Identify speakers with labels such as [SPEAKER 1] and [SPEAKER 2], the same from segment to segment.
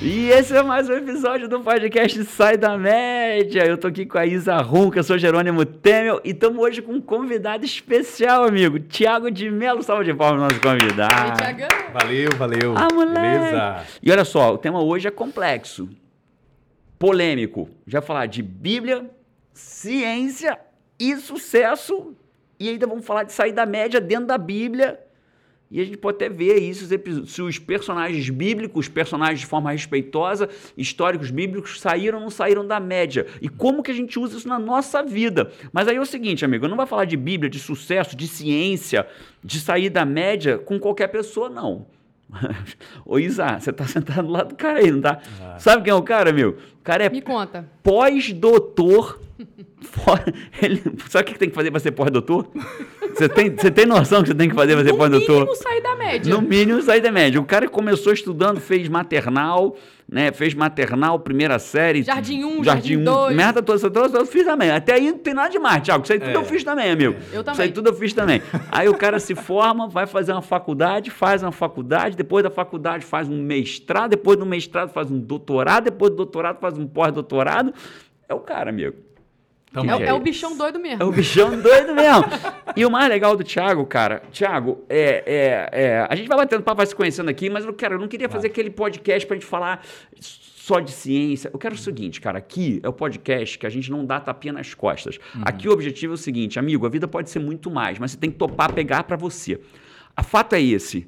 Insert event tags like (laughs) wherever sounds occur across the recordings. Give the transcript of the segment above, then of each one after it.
[SPEAKER 1] E esse é mais um episódio do podcast Sai da Média. Eu tô aqui com a Isa Runca, sou Jerônimo Temel e estamos hoje com um convidado especial, amigo, Tiago de Melo. Salve de palmas, nosso
[SPEAKER 2] Aí,
[SPEAKER 1] convidado.
[SPEAKER 2] Tiagão,
[SPEAKER 3] Valeu, valeu.
[SPEAKER 1] Ah, moleque.
[SPEAKER 3] Beleza.
[SPEAKER 1] E olha só, o tema hoje é complexo, polêmico. Já falar de Bíblia, ciência e sucesso. E ainda vamos falar de sair da média dentro da Bíblia. E a gente pode até ver isso, se epi- se os personagens bíblicos, personagens de forma respeitosa, históricos bíblicos, saíram ou não saíram da média. E como que a gente usa isso na nossa vida. Mas aí é o seguinte, amigo, eu não vai falar de Bíblia, de sucesso, de ciência, de sair da média com qualquer pessoa, não. (laughs) Ô Isa, você tá sentado do lado do cara aí, não tá?
[SPEAKER 3] Ah.
[SPEAKER 1] Sabe quem é o cara, meu? O cara é
[SPEAKER 2] me conta.
[SPEAKER 1] pós-doutor. Fora- (laughs) Ele... Sabe o que tem que fazer pra ser pós-doutor? Você tem, você tem noção que você tem que fazer pra ser
[SPEAKER 2] no
[SPEAKER 1] pós-doutor?
[SPEAKER 2] mínimo sair da média. É
[SPEAKER 1] No mínimo, sair da média. O cara que começou estudando, fez maternal, né? Fez maternal, primeira série.
[SPEAKER 2] Jardim um,
[SPEAKER 1] jardim
[SPEAKER 2] jardim
[SPEAKER 1] um,
[SPEAKER 2] dois.
[SPEAKER 1] Merda toda, essa toda, eu fiz também. Até aí não tem nada demais, Thiago. Isso aí tudo
[SPEAKER 3] É.
[SPEAKER 1] eu fiz também, amigo.
[SPEAKER 2] Eu
[SPEAKER 1] Isso aí
[SPEAKER 2] também.
[SPEAKER 1] tudo eu fiz também. Aí o cara se forma, vai fazer uma faculdade, faz uma faculdade, depois da faculdade faz um mestrado, depois do mestrado faz um doutorado, depois do doutorado faz um pós-doutorado. É o cara, amigo.
[SPEAKER 3] Tamo
[SPEAKER 2] É, o-
[SPEAKER 3] aí.
[SPEAKER 2] é o bichão doido mesmo.
[SPEAKER 1] É o bichão doido mesmo. E o mais legal do Thiago, cara, Thiago, é, é, é, a gente vai batendo papo, vai se conhecendo aqui, mas, eu, cara, eu não queria fazer aquele podcast pra gente falar só de ciência. Eu quero o seguinte, cara, aqui é o podcast que a gente não dá tapinha nas costas. Aqui o objetivo é o seguinte, amigo, a vida pode ser muito mais, mas você tem que topar pegar pra você. A fato é esse.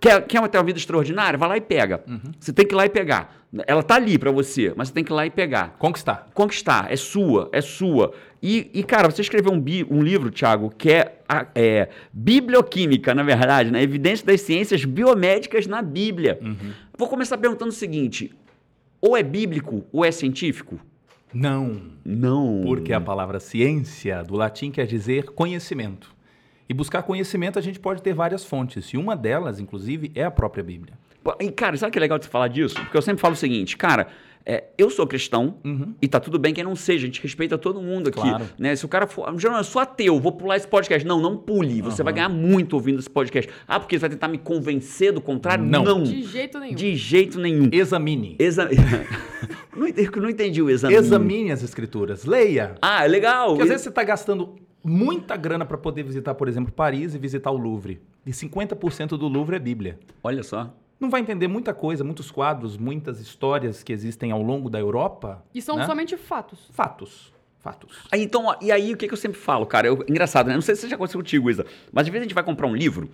[SPEAKER 1] Quer, quer uma- ter uma vida extraordinária? Vai lá e pega. Você tem que ir lá e pegar. Ela tá ali pra você, mas você tem que ir lá e pegar
[SPEAKER 3] Conquistar.
[SPEAKER 1] conquistar, é sua, é sua. E, e, cara, você escreveu um, bi- um livro, Thiago, que é, a- é biblioquímica, na verdade, né? Evidência das ciências biomédicas na Bíblia. Vou começar perguntando o seguinte: ou é bíblico ou é científico?
[SPEAKER 3] Não.
[SPEAKER 1] Não.
[SPEAKER 3] Porque a palavra ciência, do latim, quer dizer conhecimento. E buscar conhecimento a gente pode ter várias fontes. E uma delas, inclusive, é a própria Bíblia.
[SPEAKER 1] Pô, E, cara, sabe que é legal de você falar disso? Porque eu sempre falo o seguinte, cara, é, eu sou cristão
[SPEAKER 3] Uhum.
[SPEAKER 1] e tá tudo bem quem não seja, a gente respeita todo mundo aqui.
[SPEAKER 3] Claro.
[SPEAKER 1] Né? Se o cara for. Geralmente, eu sou ateu, vou pular esse podcast. Não, não pule. Você vai ganhar muito ouvindo esse podcast. Ah, porque você vai tentar me convencer do contrário?
[SPEAKER 3] Não.
[SPEAKER 2] De jeito nenhum.
[SPEAKER 1] De jeito nenhum.
[SPEAKER 3] Examine.
[SPEAKER 1] Exa... (laughs) não, entendi, não entendi o exame.
[SPEAKER 3] Examine as escrituras. Leia.
[SPEAKER 1] Ah, é legal.
[SPEAKER 3] Porque às vezes você está gastando muita grana para poder visitar, por exemplo, Paris e visitar o Louvre. E 50% do Louvre é Bíblia.
[SPEAKER 1] Olha só.
[SPEAKER 3] Não vai entender muita coisa, muitos quadros, muitas histórias que existem ao longo da Europa.
[SPEAKER 2] E são
[SPEAKER 3] né?
[SPEAKER 2] somente fatos.
[SPEAKER 3] fatos. Fatos.
[SPEAKER 1] Aí, então, ó, e aí o que, que eu sempre falo, cara? Eu- engraçado, né? Não sei se já aconteceu contigo, Isa, mas às vezes a gente vai comprar um livro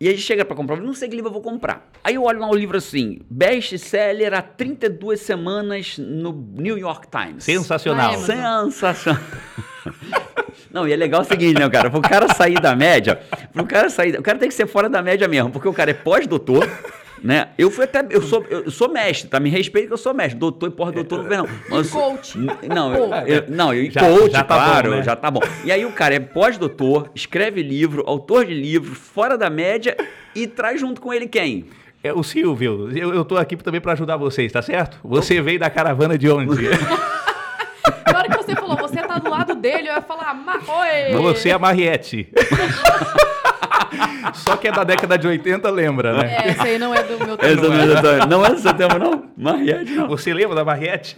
[SPEAKER 1] e aí chega pra comprar, um livro, não sei que livro eu vou comprar. Aí eu olho lá um livro assim, best seller há 32 semanas no New York Times.
[SPEAKER 3] Sensacional.
[SPEAKER 2] Ah, é, mano.
[SPEAKER 1] Sensacional. (laughs) Não, e é legal o seguinte, né, cara? Pro cara sair da média, pro cara sair. O cara tem que ser fora da média mesmo, porque o cara é pós-doutor, né? Eu fui até. Eu sou, eu sou mestre, tá? Me respeita que eu sou mestre. Doutor e pós-doutor não vem, não. Mas eu sou-
[SPEAKER 2] Coach.
[SPEAKER 1] N- Não, eu, eu- não, eu,
[SPEAKER 3] Já-
[SPEAKER 1] coach,
[SPEAKER 3] já tá
[SPEAKER 1] claro,
[SPEAKER 3] bom, né?
[SPEAKER 1] já tá bom. E aí o cara é pós-doutor, escreve livro, autor de livro, fora da média e traz junto com ele quem?
[SPEAKER 3] É, o Silvio, eu, eu tô aqui também pra ajudar vocês, tá certo? Você veio da caravana de (laughs) onde?
[SPEAKER 2] Na hora que você falou, você tá do lado dele, eu ia falar, marroi.
[SPEAKER 3] Você é a Mariette. (laughs) Só que é da década de 80, lembra, né?
[SPEAKER 2] É, esse aí não é do meu tempo.
[SPEAKER 1] Essa mesma história. Não é do seu tempo, não? Mariette, não.
[SPEAKER 3] Você lembra da Mariette?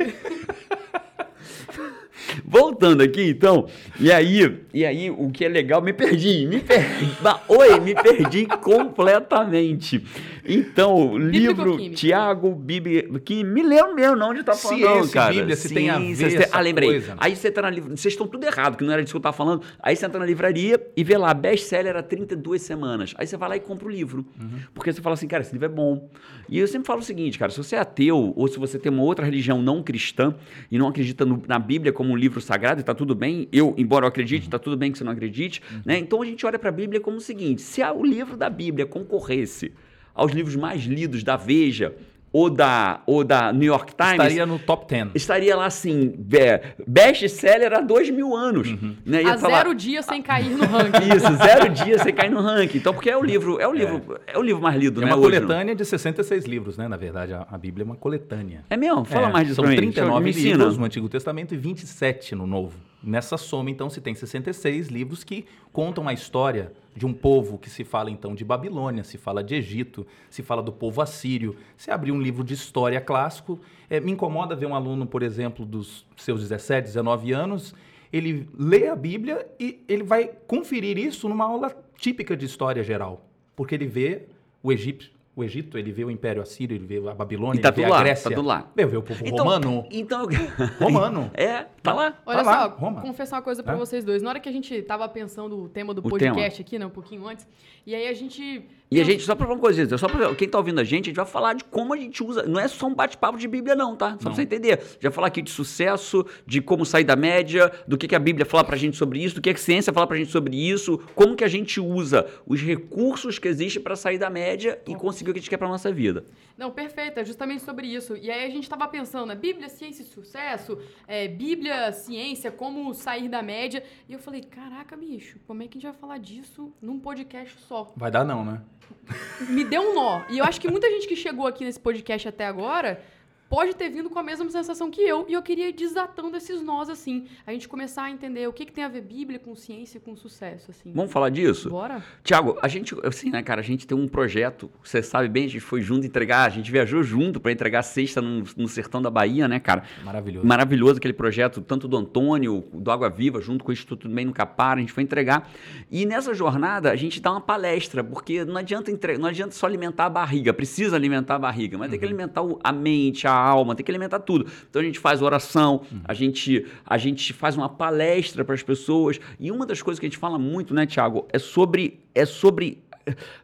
[SPEAKER 1] Voltando aqui, então, e aí, e aí, o que é legal, me perdi, me perdi. (laughs) Bah, Oi, me perdi completamente. Então, livro
[SPEAKER 2] Bíblico-química.
[SPEAKER 1] Tiago Bíblia, que me lembro mesmo não onde tá falando,
[SPEAKER 3] Ciência,
[SPEAKER 1] não, cara.
[SPEAKER 3] Bíblia, se tem a ver
[SPEAKER 1] se tem-
[SPEAKER 3] essa
[SPEAKER 1] Ah, lembrei.
[SPEAKER 3] coisa.
[SPEAKER 1] Aí você entra na livraria, vocês estão tudo errado, que não era disso que eu tava falando. Aí você entra na livraria e vê lá, best-seller há 32 semanas. Aí você vai lá e compra o livro. Porque você fala assim, cara, esse livro é bom. E eu sempre falo o seguinte, cara, se você é ateu ou se você tem uma outra religião não cristã e não acredita no- na Bíblia como um livro sagrado, e tá tudo bem, eu, embora eu acredite, tá tudo bem que você não acredite, né? Então a gente olha pra Bíblia como o seguinte, se a- o livro da Bíblia concorresse aos livros mais lidos da Veja, ou da, ou da New York Times, estaria,
[SPEAKER 3] Estaria no top 10.
[SPEAKER 1] Uhum. lá assim, é, best seller há dois mil anos.
[SPEAKER 3] Uhum.
[SPEAKER 1] Né? Ia
[SPEAKER 2] Há
[SPEAKER 1] falar,
[SPEAKER 2] zero dia sem cair no ranking.
[SPEAKER 1] (laughs) Isso, zero dias sem cair no ranking. Então, porque é o livro, é o livro, é, o livro mais lido,
[SPEAKER 3] É
[SPEAKER 1] né?
[SPEAKER 3] uma
[SPEAKER 1] hoje, não?
[SPEAKER 3] coletânea de 66 livros, né? Na verdade, a, a Bíblia é uma coletânea.
[SPEAKER 1] É mesmo? Fala
[SPEAKER 3] É,
[SPEAKER 1] mais disso
[SPEAKER 3] São
[SPEAKER 1] pra mim.
[SPEAKER 3] 39
[SPEAKER 1] Me ensina.
[SPEAKER 3] livros no Antigo Testamento e 27 no Novo. Nessa soma, então, se tem 66 livros que contam a história de um povo que se fala, então, de Babilônia, se fala de Egito, se fala do povo assírio. Se abrir um livro de história clássico, eh, me incomoda ver um aluno, por exemplo, dos seus 17, 19 anos, ele lê a Bíblia e ele vai conferir isso numa aula típica de história geral. Porque ele vê o Egito, o Egito ele vê o Império Assírio, ele vê a Babilônia,
[SPEAKER 1] E tá
[SPEAKER 3] ele vê
[SPEAKER 1] do
[SPEAKER 3] a
[SPEAKER 1] lado,
[SPEAKER 3] Grécia.
[SPEAKER 1] tá do lado.
[SPEAKER 3] Meu, vê o povo
[SPEAKER 1] Então, (laughs)
[SPEAKER 3] romano.
[SPEAKER 1] Então,
[SPEAKER 3] Romano.
[SPEAKER 1] é, tá lá.
[SPEAKER 2] Olha
[SPEAKER 3] Vai
[SPEAKER 2] só,
[SPEAKER 3] lá, Roma.
[SPEAKER 2] confessar uma coisa pra
[SPEAKER 3] É.
[SPEAKER 2] vocês dois. Na hora que a gente tava pensando o tema do
[SPEAKER 1] O
[SPEAKER 2] podcast aqui, né, um pouquinho antes, e aí a gente
[SPEAKER 1] E a gente, só pra falar uma coisa, gente, só pra, quem tá ouvindo a gente, a gente vai falar de como a gente usa. Não é só um bate-papo de Bíblia, não, tá? Só pra
[SPEAKER 3] Não.
[SPEAKER 1] você entender. Já falar aqui de sucesso, de como sair da média, do que, que a Bíblia fala pra gente sobre isso, do que a ciência fala pra gente sobre isso, como que a gente usa os recursos que existem pra sair da média e conseguir o que a gente quer pra nossa vida.
[SPEAKER 2] Não, perfeito, é justamente sobre isso. E aí a gente estava pensando, né? Bíblia, ciência e sucesso, é, Bíblia, ciência, como sair da média. E eu falei, caraca, bicho, como é que a gente vai falar disso num podcast só?
[SPEAKER 3] Vai dar não, né?
[SPEAKER 2] Me deu um nó. E eu acho que muita gente que chegou aqui nesse podcast até agora pode ter vindo com a mesma sensação que eu. E eu queria ir desatando esses nós, assim. A gente começar a entender o que, que tem a ver Bíblia com ciência e com sucesso, assim.
[SPEAKER 1] Vamos falar disso?
[SPEAKER 2] Bora?
[SPEAKER 1] Tiago, a gente, assim, né, cara, a gente tem um projeto, você sabe bem, a gente foi junto entregar, a gente viajou junto pra entregar cesta no, no sertão da Bahia, né, cara?
[SPEAKER 3] Maravilhoso.
[SPEAKER 1] Maravilhoso aquele projeto, tanto do Antônio, do Água Viva, junto com o Instituto do Bem no Capara, a gente foi entregar. E nessa jornada, a gente dá uma palestra, porque não adianta, entre... não adianta só alimentar a barriga, precisa alimentar a barriga, mas tem que alimentar o- a mente, a alma, tem que alimentar tudo. Então a gente faz oração, a, gente, a gente faz uma palestra para as pessoas. E uma das coisas que a gente fala muito, né, Tiago, é sobre, é sobre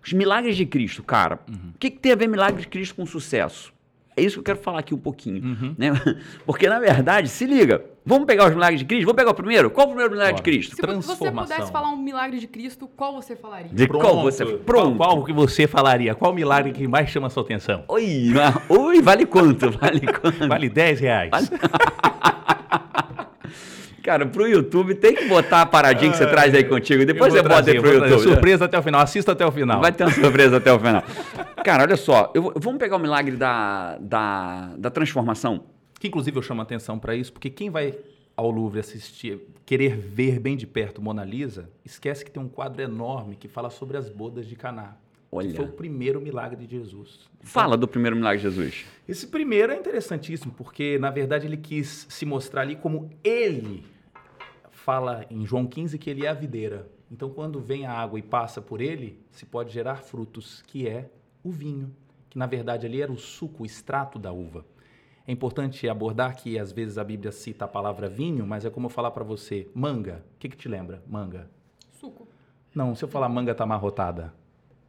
[SPEAKER 1] os milagres de Cristo, cara. O que, que tem a ver milagres de Cristo com sucesso? É isso que eu quero falar aqui um pouquinho.
[SPEAKER 3] Uhum.
[SPEAKER 1] né? (laughs) Porque, na verdade, se liga. Vamos pegar os milagres de Cristo? Vamos pegar o primeiro? Qual o primeiro milagre de
[SPEAKER 3] Bora.
[SPEAKER 1] Cristo?
[SPEAKER 2] Se vo- você
[SPEAKER 3] Transformação.
[SPEAKER 2] pudesse falar um milagre de Cristo, qual você falaria?
[SPEAKER 1] De qual é você... Pronto.
[SPEAKER 3] Qual, qual que você falaria? Qual milagre que mais chama a sua atenção?
[SPEAKER 1] Oi, na- oi, vale quanto? (laughs) Vale quanto?
[SPEAKER 3] Vale 10 reais.
[SPEAKER 1] Cara, pro YouTube tem que botar a paradinha que você
[SPEAKER 3] Ai,
[SPEAKER 1] traz aí contigo. Depois
[SPEAKER 3] Ah, Eu
[SPEAKER 1] você
[SPEAKER 3] vou
[SPEAKER 1] bota
[SPEAKER 3] trazer,
[SPEAKER 1] aí
[SPEAKER 3] eu
[SPEAKER 1] pro
[SPEAKER 3] vou trazer.
[SPEAKER 1] YouTube.
[SPEAKER 3] Surpresa até o final. Assista até o final.
[SPEAKER 1] Vai ter uma surpresa até o final. Cara, olha só. eu vou- vamos pegar o milagre da, da, da transformação?
[SPEAKER 3] Que inclusive eu chamo a atenção para isso, porque quem vai ao Louvre assistir, querer ver bem de perto Mona Lisa, esquece que tem um quadro enorme que fala sobre as bodas de Caná.
[SPEAKER 1] Olha.
[SPEAKER 3] Que foi o primeiro milagre de Jesus.
[SPEAKER 1] Fala do primeiro milagre de Jesus.
[SPEAKER 3] Esse primeiro é interessantíssimo, porque na verdade ele quis se mostrar ali como ele fala em João 15 que ele é a videira. Então quando vem a água e passa por ele, se pode gerar frutos, que é o vinho, que na verdade ali era o suco, o extrato da uva. É importante abordar que às vezes a Bíblia cita a palavra vinho, mas é como eu falar para você, manga. O que, que te lembra? Manga.
[SPEAKER 2] Suco.
[SPEAKER 3] Não, se eu falar manga tá amarrotada.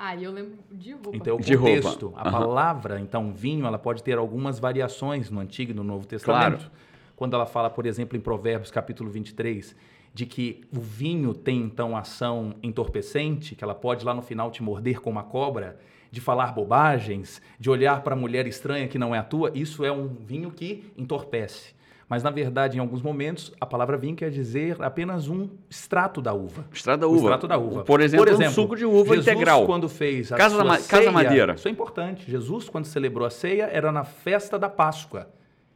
[SPEAKER 2] Ah, e eu lembro de roupa.
[SPEAKER 3] Então,
[SPEAKER 1] De
[SPEAKER 3] o
[SPEAKER 1] roupa.
[SPEAKER 3] contexto, a
[SPEAKER 1] Aham.
[SPEAKER 3] palavra, então, vinho, ela pode ter algumas variações no Antigo e no Novo Testamento. Quando ela fala, por exemplo, em Provérbios, capítulo 23, de que o vinho tem, então, ação entorpecente, que ela pode lá no final te morder com uma cobra, de falar bobagens, de olhar para a mulher estranha que não é a tua, isso é um vinho que entorpece. Mas, na verdade, em alguns momentos, a palavra vinho quer dizer apenas um extrato da uva.
[SPEAKER 1] Estrada da
[SPEAKER 3] O
[SPEAKER 1] uva.
[SPEAKER 3] extrato da uva.
[SPEAKER 1] Por exemplo,
[SPEAKER 3] Por
[SPEAKER 1] um
[SPEAKER 3] exemplo,
[SPEAKER 1] suco de uva
[SPEAKER 3] Jesus,
[SPEAKER 1] integral.
[SPEAKER 3] quando fez a
[SPEAKER 1] Casa da
[SPEAKER 3] sua
[SPEAKER 1] Ma- Casa
[SPEAKER 3] ceia,
[SPEAKER 1] Madeira.
[SPEAKER 3] Isso é importante. Jesus, quando celebrou a ceia, era na festa da Páscoa,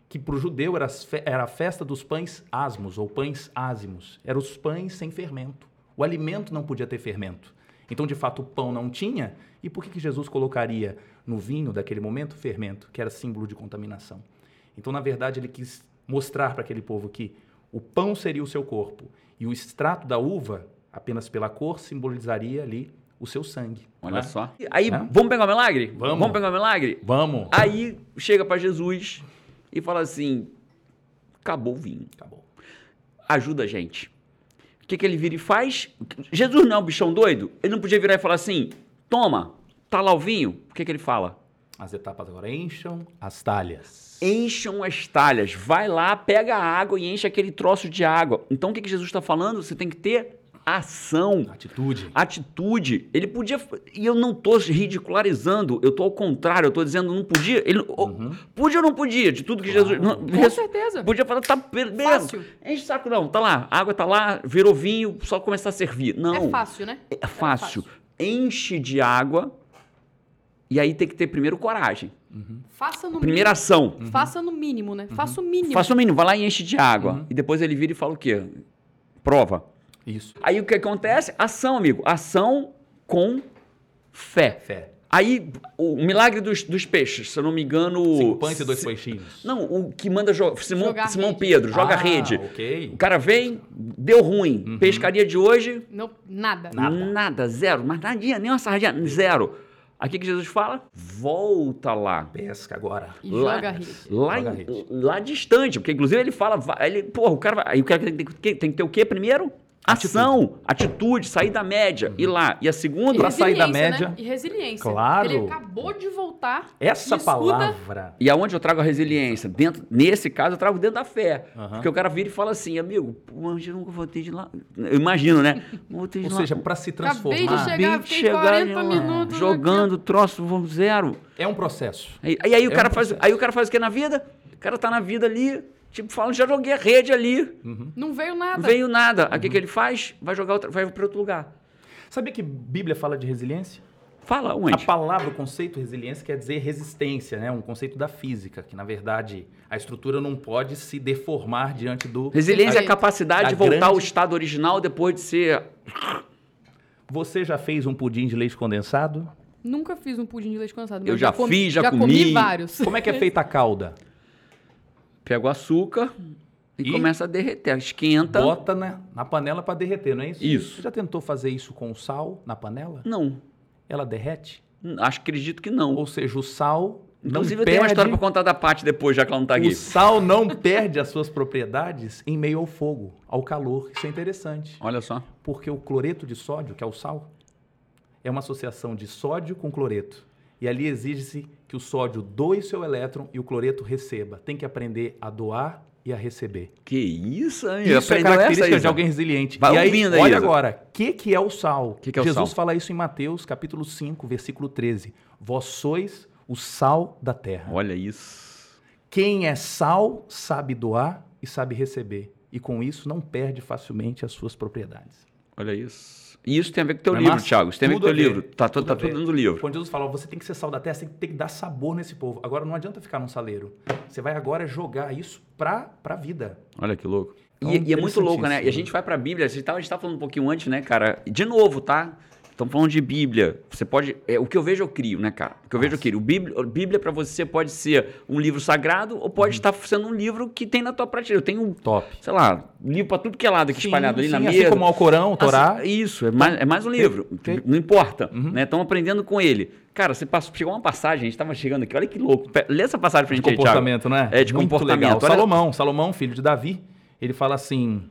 [SPEAKER 3] que para o judeu era, as fe- era a festa dos pães asmos ou pães ázimos. Eram os pães sem fermento. O alimento não podia ter fermento. Então, de fato, o pão não tinha. E por que, que Jesus colocaria no vinho daquele momento fermento, que era símbolo de contaminação? Então, na verdade, ele quis mostrar para aquele povo que o pão seria o seu corpo e o extrato da uva, apenas pela cor, simbolizaria ali o seu sangue.
[SPEAKER 1] Olha
[SPEAKER 3] né?
[SPEAKER 1] só. Aí,
[SPEAKER 3] Né?
[SPEAKER 1] vamos pegar o milagre?
[SPEAKER 3] Vamos.
[SPEAKER 1] Vamos pegar o milagre?
[SPEAKER 3] Vamos!
[SPEAKER 1] Aí chega pra Jesus e fala assim: acabou o vinho,
[SPEAKER 3] Acabou.
[SPEAKER 1] ajuda a gente. O que, que ele vira e faz? Jesus não é um bichão doido? Ele não podia virar e falar assim: toma, tá lá o vinho? O que, que ele fala?
[SPEAKER 3] As etapas agora encham as talhas.
[SPEAKER 1] Encham as talhas, vai lá, pega a água e enche aquele troço de água. Então o que, que Jesus está falando? tá Você tem que ter ação,
[SPEAKER 3] Atitude.
[SPEAKER 1] atitude. Ele podia. E eu não estou ridicularizando, eu estou ao contrário, eu estou dizendo não podia. Ele, ou- Podia ou não podia? De tudo que
[SPEAKER 3] Claro.
[SPEAKER 1] Jesus. não-
[SPEAKER 2] Com certeza.
[SPEAKER 1] Podia falar, tá beleza.
[SPEAKER 2] Fácil.
[SPEAKER 1] Enche o saco, não. Tá lá, a água tá lá, virou vinho, só começar a servir. Não.
[SPEAKER 2] É fácil, né?
[SPEAKER 1] É fácil. Enche de água. E aí tem que ter primeiro coragem.
[SPEAKER 2] Faça no
[SPEAKER 1] Primeira
[SPEAKER 2] mínimo.
[SPEAKER 1] ação.
[SPEAKER 2] Faça no mínimo, né? Faça o mínimo.
[SPEAKER 1] Faça o mínimo, vai lá e enche de água. E depois ele vira e fala o quê? Prova.
[SPEAKER 3] Isso.
[SPEAKER 1] Aí o que acontece? Ação, amigo. Ação com fé.
[SPEAKER 3] Fé.
[SPEAKER 1] Aí o milagre dos, dos peixes, se eu não me engano.
[SPEAKER 3] Cinco pães e dois
[SPEAKER 1] se-
[SPEAKER 3] peixinhos.
[SPEAKER 1] Não, o que manda jo- Simão,
[SPEAKER 2] Jogar
[SPEAKER 1] Simão
[SPEAKER 2] rede.
[SPEAKER 1] Pedro, joga
[SPEAKER 3] Ah,
[SPEAKER 1] rede. O
[SPEAKER 3] Ok.
[SPEAKER 1] cara vem, deu ruim. Pescaria de hoje,
[SPEAKER 2] Não, nada.
[SPEAKER 3] Nada.
[SPEAKER 1] zero. Mas nadinha, nem uma sardinha, zero. Aqui que Jesus fala, volta lá.
[SPEAKER 3] Pesca agora.
[SPEAKER 2] E
[SPEAKER 1] Lá-
[SPEAKER 2] joga a rede.
[SPEAKER 1] Lá,
[SPEAKER 3] Joga
[SPEAKER 1] em-
[SPEAKER 3] rede.
[SPEAKER 1] lá distante, porque inclusive ele fala, vai- ele, porra, o cara vai, aí o cara tem, que- tem que ter o quê primeiro?
[SPEAKER 3] Atitude. Uhum.
[SPEAKER 1] Ação, atitude, sair da média, ir lá. E a
[SPEAKER 2] E
[SPEAKER 1] segunda,
[SPEAKER 3] Pra sair da
[SPEAKER 2] resiliência,
[SPEAKER 3] média.
[SPEAKER 2] Né? E resiliência.
[SPEAKER 3] Claro.
[SPEAKER 2] Ele acabou de voltar.
[SPEAKER 3] Essa
[SPEAKER 2] e escuta-
[SPEAKER 3] palavra.
[SPEAKER 1] e aonde eu trago a resiliência? Dentro, nesse caso, eu trago dentro da fé.
[SPEAKER 3] Aham.
[SPEAKER 1] Porque o cara vira e fala assim, amigo, pô, mas eu nunca voltei de lá. Eu imagino,
[SPEAKER 3] (laughs)
[SPEAKER 1] né? Não voltei de
[SPEAKER 3] Ou
[SPEAKER 1] lá.
[SPEAKER 3] seja, para se
[SPEAKER 2] Acabei de
[SPEAKER 3] transformar,
[SPEAKER 2] chegar, fiquei 40 minutos. né?
[SPEAKER 1] jogando troço vamos zero.
[SPEAKER 3] é um processo.
[SPEAKER 1] Aí, aí, aí o
[SPEAKER 3] É um
[SPEAKER 1] cara faz,
[SPEAKER 3] processo.
[SPEAKER 1] aí o cara faz o que na vida? O cara tá na vida ali, tipo, falando, já joguei a rede ali,
[SPEAKER 2] aqui. Não veio nada.
[SPEAKER 1] não veio nada.
[SPEAKER 3] Uhum.
[SPEAKER 1] Aí o que, que ele faz? Vai jogar outra, vai para outro lugar.
[SPEAKER 3] Sabia que Bíblia fala de resiliência?
[SPEAKER 1] Fala
[SPEAKER 3] A
[SPEAKER 1] onde?
[SPEAKER 3] palavra, o conceito resiliência quer dizer resistência, né? Um conceito da física, que na verdade a estrutura não pode se deformar diante do.
[SPEAKER 1] Resiliência é a
[SPEAKER 2] A-
[SPEAKER 1] capacidade
[SPEAKER 3] a
[SPEAKER 1] de voltar ao
[SPEAKER 3] grande-
[SPEAKER 1] estado original depois de ser.
[SPEAKER 3] Você já fez um pudim de leite condensado?
[SPEAKER 2] Nunca fiz um pudim de leite condensado. mas
[SPEAKER 1] Eu já
[SPEAKER 2] comi-
[SPEAKER 1] fiz, já
[SPEAKER 2] já
[SPEAKER 1] comi.
[SPEAKER 2] comi vários.
[SPEAKER 3] Como é que é feita a calda?
[SPEAKER 1] Pega o açúcar e,
[SPEAKER 3] E?
[SPEAKER 1] começa a derreter. Esquenta.
[SPEAKER 3] Bota na, na panela para derreter, não é isso?
[SPEAKER 1] Então? Isso.
[SPEAKER 3] Você já tentou fazer isso com sal na panela?
[SPEAKER 1] Não.
[SPEAKER 3] Ela derrete?
[SPEAKER 1] Acho acredito que não.
[SPEAKER 3] Ou seja, o sal não
[SPEAKER 1] Inclusive, eu
[SPEAKER 3] perde...
[SPEAKER 1] tenho uma história pra contar da parte depois, já que ela não tá aqui.
[SPEAKER 3] O sal não perde as suas propriedades em meio ao fogo, ao calor. Isso é interessante.
[SPEAKER 1] Olha só.
[SPEAKER 3] Porque o cloreto de sódio, que é o sal, é uma associação de sódio com cloreto. E ali exige-se que o sódio doe seu elétron e o cloreto receba. Tem que aprender a doar e a receber.
[SPEAKER 1] Que isso, amigo.
[SPEAKER 3] Isso é
[SPEAKER 1] Aprendeu
[SPEAKER 3] característica
[SPEAKER 1] essa,
[SPEAKER 3] de
[SPEAKER 1] Isa?
[SPEAKER 3] alguém resiliente.
[SPEAKER 1] Vai
[SPEAKER 3] e aí,
[SPEAKER 1] ouvindo aí,
[SPEAKER 3] olha
[SPEAKER 1] Isa.
[SPEAKER 3] agora, o que, que é o sal?
[SPEAKER 1] Que que é o
[SPEAKER 3] Jesus
[SPEAKER 1] sal?
[SPEAKER 3] fala isso em Mateus, capítulo 5, versículo 13. Vós sois o sal da terra.
[SPEAKER 1] Olha isso.
[SPEAKER 3] Quem é sal sabe doar e sabe receber. E com isso não perde facilmente as suas propriedades.
[SPEAKER 1] Olha isso. E isso tem a ver com o teu
[SPEAKER 3] Não é
[SPEAKER 1] livro,
[SPEAKER 3] massa?
[SPEAKER 1] Thiago. Isso tem a ver com o
[SPEAKER 3] Tudo
[SPEAKER 1] teu
[SPEAKER 3] a ver.
[SPEAKER 1] livro. Tá, tudo
[SPEAKER 3] Tudo
[SPEAKER 1] tá
[SPEAKER 3] a ver.
[SPEAKER 1] tudo dentro do livro.
[SPEAKER 3] Quando Jesus fala, você tem que ser sal da terra, você tem que- tem que dar sabor nesse povo. Agora não adianta ficar num saleiro. Você vai agora jogar isso pra, pra vida.
[SPEAKER 1] Olha que louco.
[SPEAKER 3] Então,
[SPEAKER 1] e, e é muito louco, né? E a
[SPEAKER 3] interessantíssimo.
[SPEAKER 1] gente vai pra Bíblia. A gente tava, a gente tava falando um pouquinho antes, né, cara? E De novo, tá? Estamos falando de Bíblia. Você pode. é, o que eu vejo, eu crio, né, cara? O que eu vejo, eu crio. O Bíblia, a Bíblia para você pode ser um livro sagrado ou
[SPEAKER 3] Uhum.
[SPEAKER 1] pode estar sendo um livro que tem na tua prateleira. Eu tenho,
[SPEAKER 3] Top.
[SPEAKER 1] sei lá, livro pra tudo que é lado aqui espalhado ali
[SPEAKER 3] sim,
[SPEAKER 1] na
[SPEAKER 3] assim
[SPEAKER 1] mesa.
[SPEAKER 3] como o Alcorão, o Torá.
[SPEAKER 1] Assim, isso, é mais, é mais um livro.
[SPEAKER 3] tem-
[SPEAKER 1] Não importa.
[SPEAKER 3] Uhum.
[SPEAKER 1] né? Estão aprendendo com ele. Cara, você passou, chegou uma passagem, a gente estava chegando aqui, olha que louco. Pe- Lê essa passagem pra
[SPEAKER 3] de
[SPEAKER 1] gente aí, Thiago.
[SPEAKER 3] comportamento, né?
[SPEAKER 1] É, de comportamento.
[SPEAKER 3] Legal.
[SPEAKER 1] Olha-
[SPEAKER 3] Salomão, Salomão, filho de Davi, ele fala assim,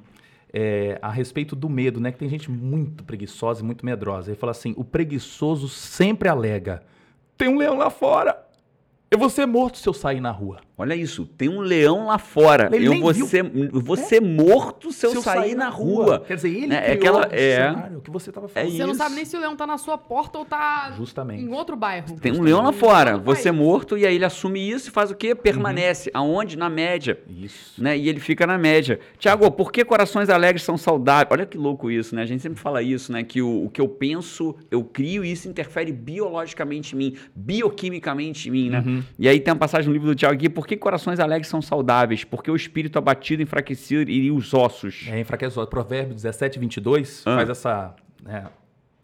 [SPEAKER 3] é, a respeito do medo, né? Que tem gente muito preguiçosa e muito medrosa. Ele fala assim, o preguiçoso sempre alega, tem um leão lá fora, eu vou ser morto se eu sair na rua.
[SPEAKER 1] Olha isso, tem um leão lá fora.
[SPEAKER 3] Ele
[SPEAKER 1] eu
[SPEAKER 3] nem
[SPEAKER 1] vou
[SPEAKER 3] viu. É.
[SPEAKER 1] ser, eu vou ser morto se eu, sair, na rua.
[SPEAKER 3] Quer dizer, ele
[SPEAKER 1] Né? É
[SPEAKER 3] criou
[SPEAKER 1] aquela-
[SPEAKER 3] o
[SPEAKER 1] é.
[SPEAKER 3] cenário que você estava falando.
[SPEAKER 1] É
[SPEAKER 2] (laughs) Você não
[SPEAKER 1] isso.
[SPEAKER 2] sabe nem se o leão tá na sua porta ou tá
[SPEAKER 3] Justamente.
[SPEAKER 2] em outro bairro.
[SPEAKER 1] Tem um leão lá fora,
[SPEAKER 2] Não,
[SPEAKER 1] você é
[SPEAKER 2] pai.
[SPEAKER 1] morto, e aí ele assume isso e faz o
[SPEAKER 3] Uhum.
[SPEAKER 1] quê? Permanece. Aonde? Na média.
[SPEAKER 3] Isso.
[SPEAKER 1] né? E ele fica na média. Tiago, por que corações alegres são saudáveis? Olha que louco isso, né? A gente sempre fala isso, né? Que o, o que eu penso, eu crio e isso interfere biologicamente em mim, bioquimicamente em mim,
[SPEAKER 3] Uhum.
[SPEAKER 1] né? E aí tem uma passagem no livro do Tiago aqui, por que corações alegres são saudáveis? Porque o espírito abatido, enfraquecido e os ossos.
[SPEAKER 3] É, enfraquece o Provérbio 17, 22
[SPEAKER 1] Ah.
[SPEAKER 3] faz essa né,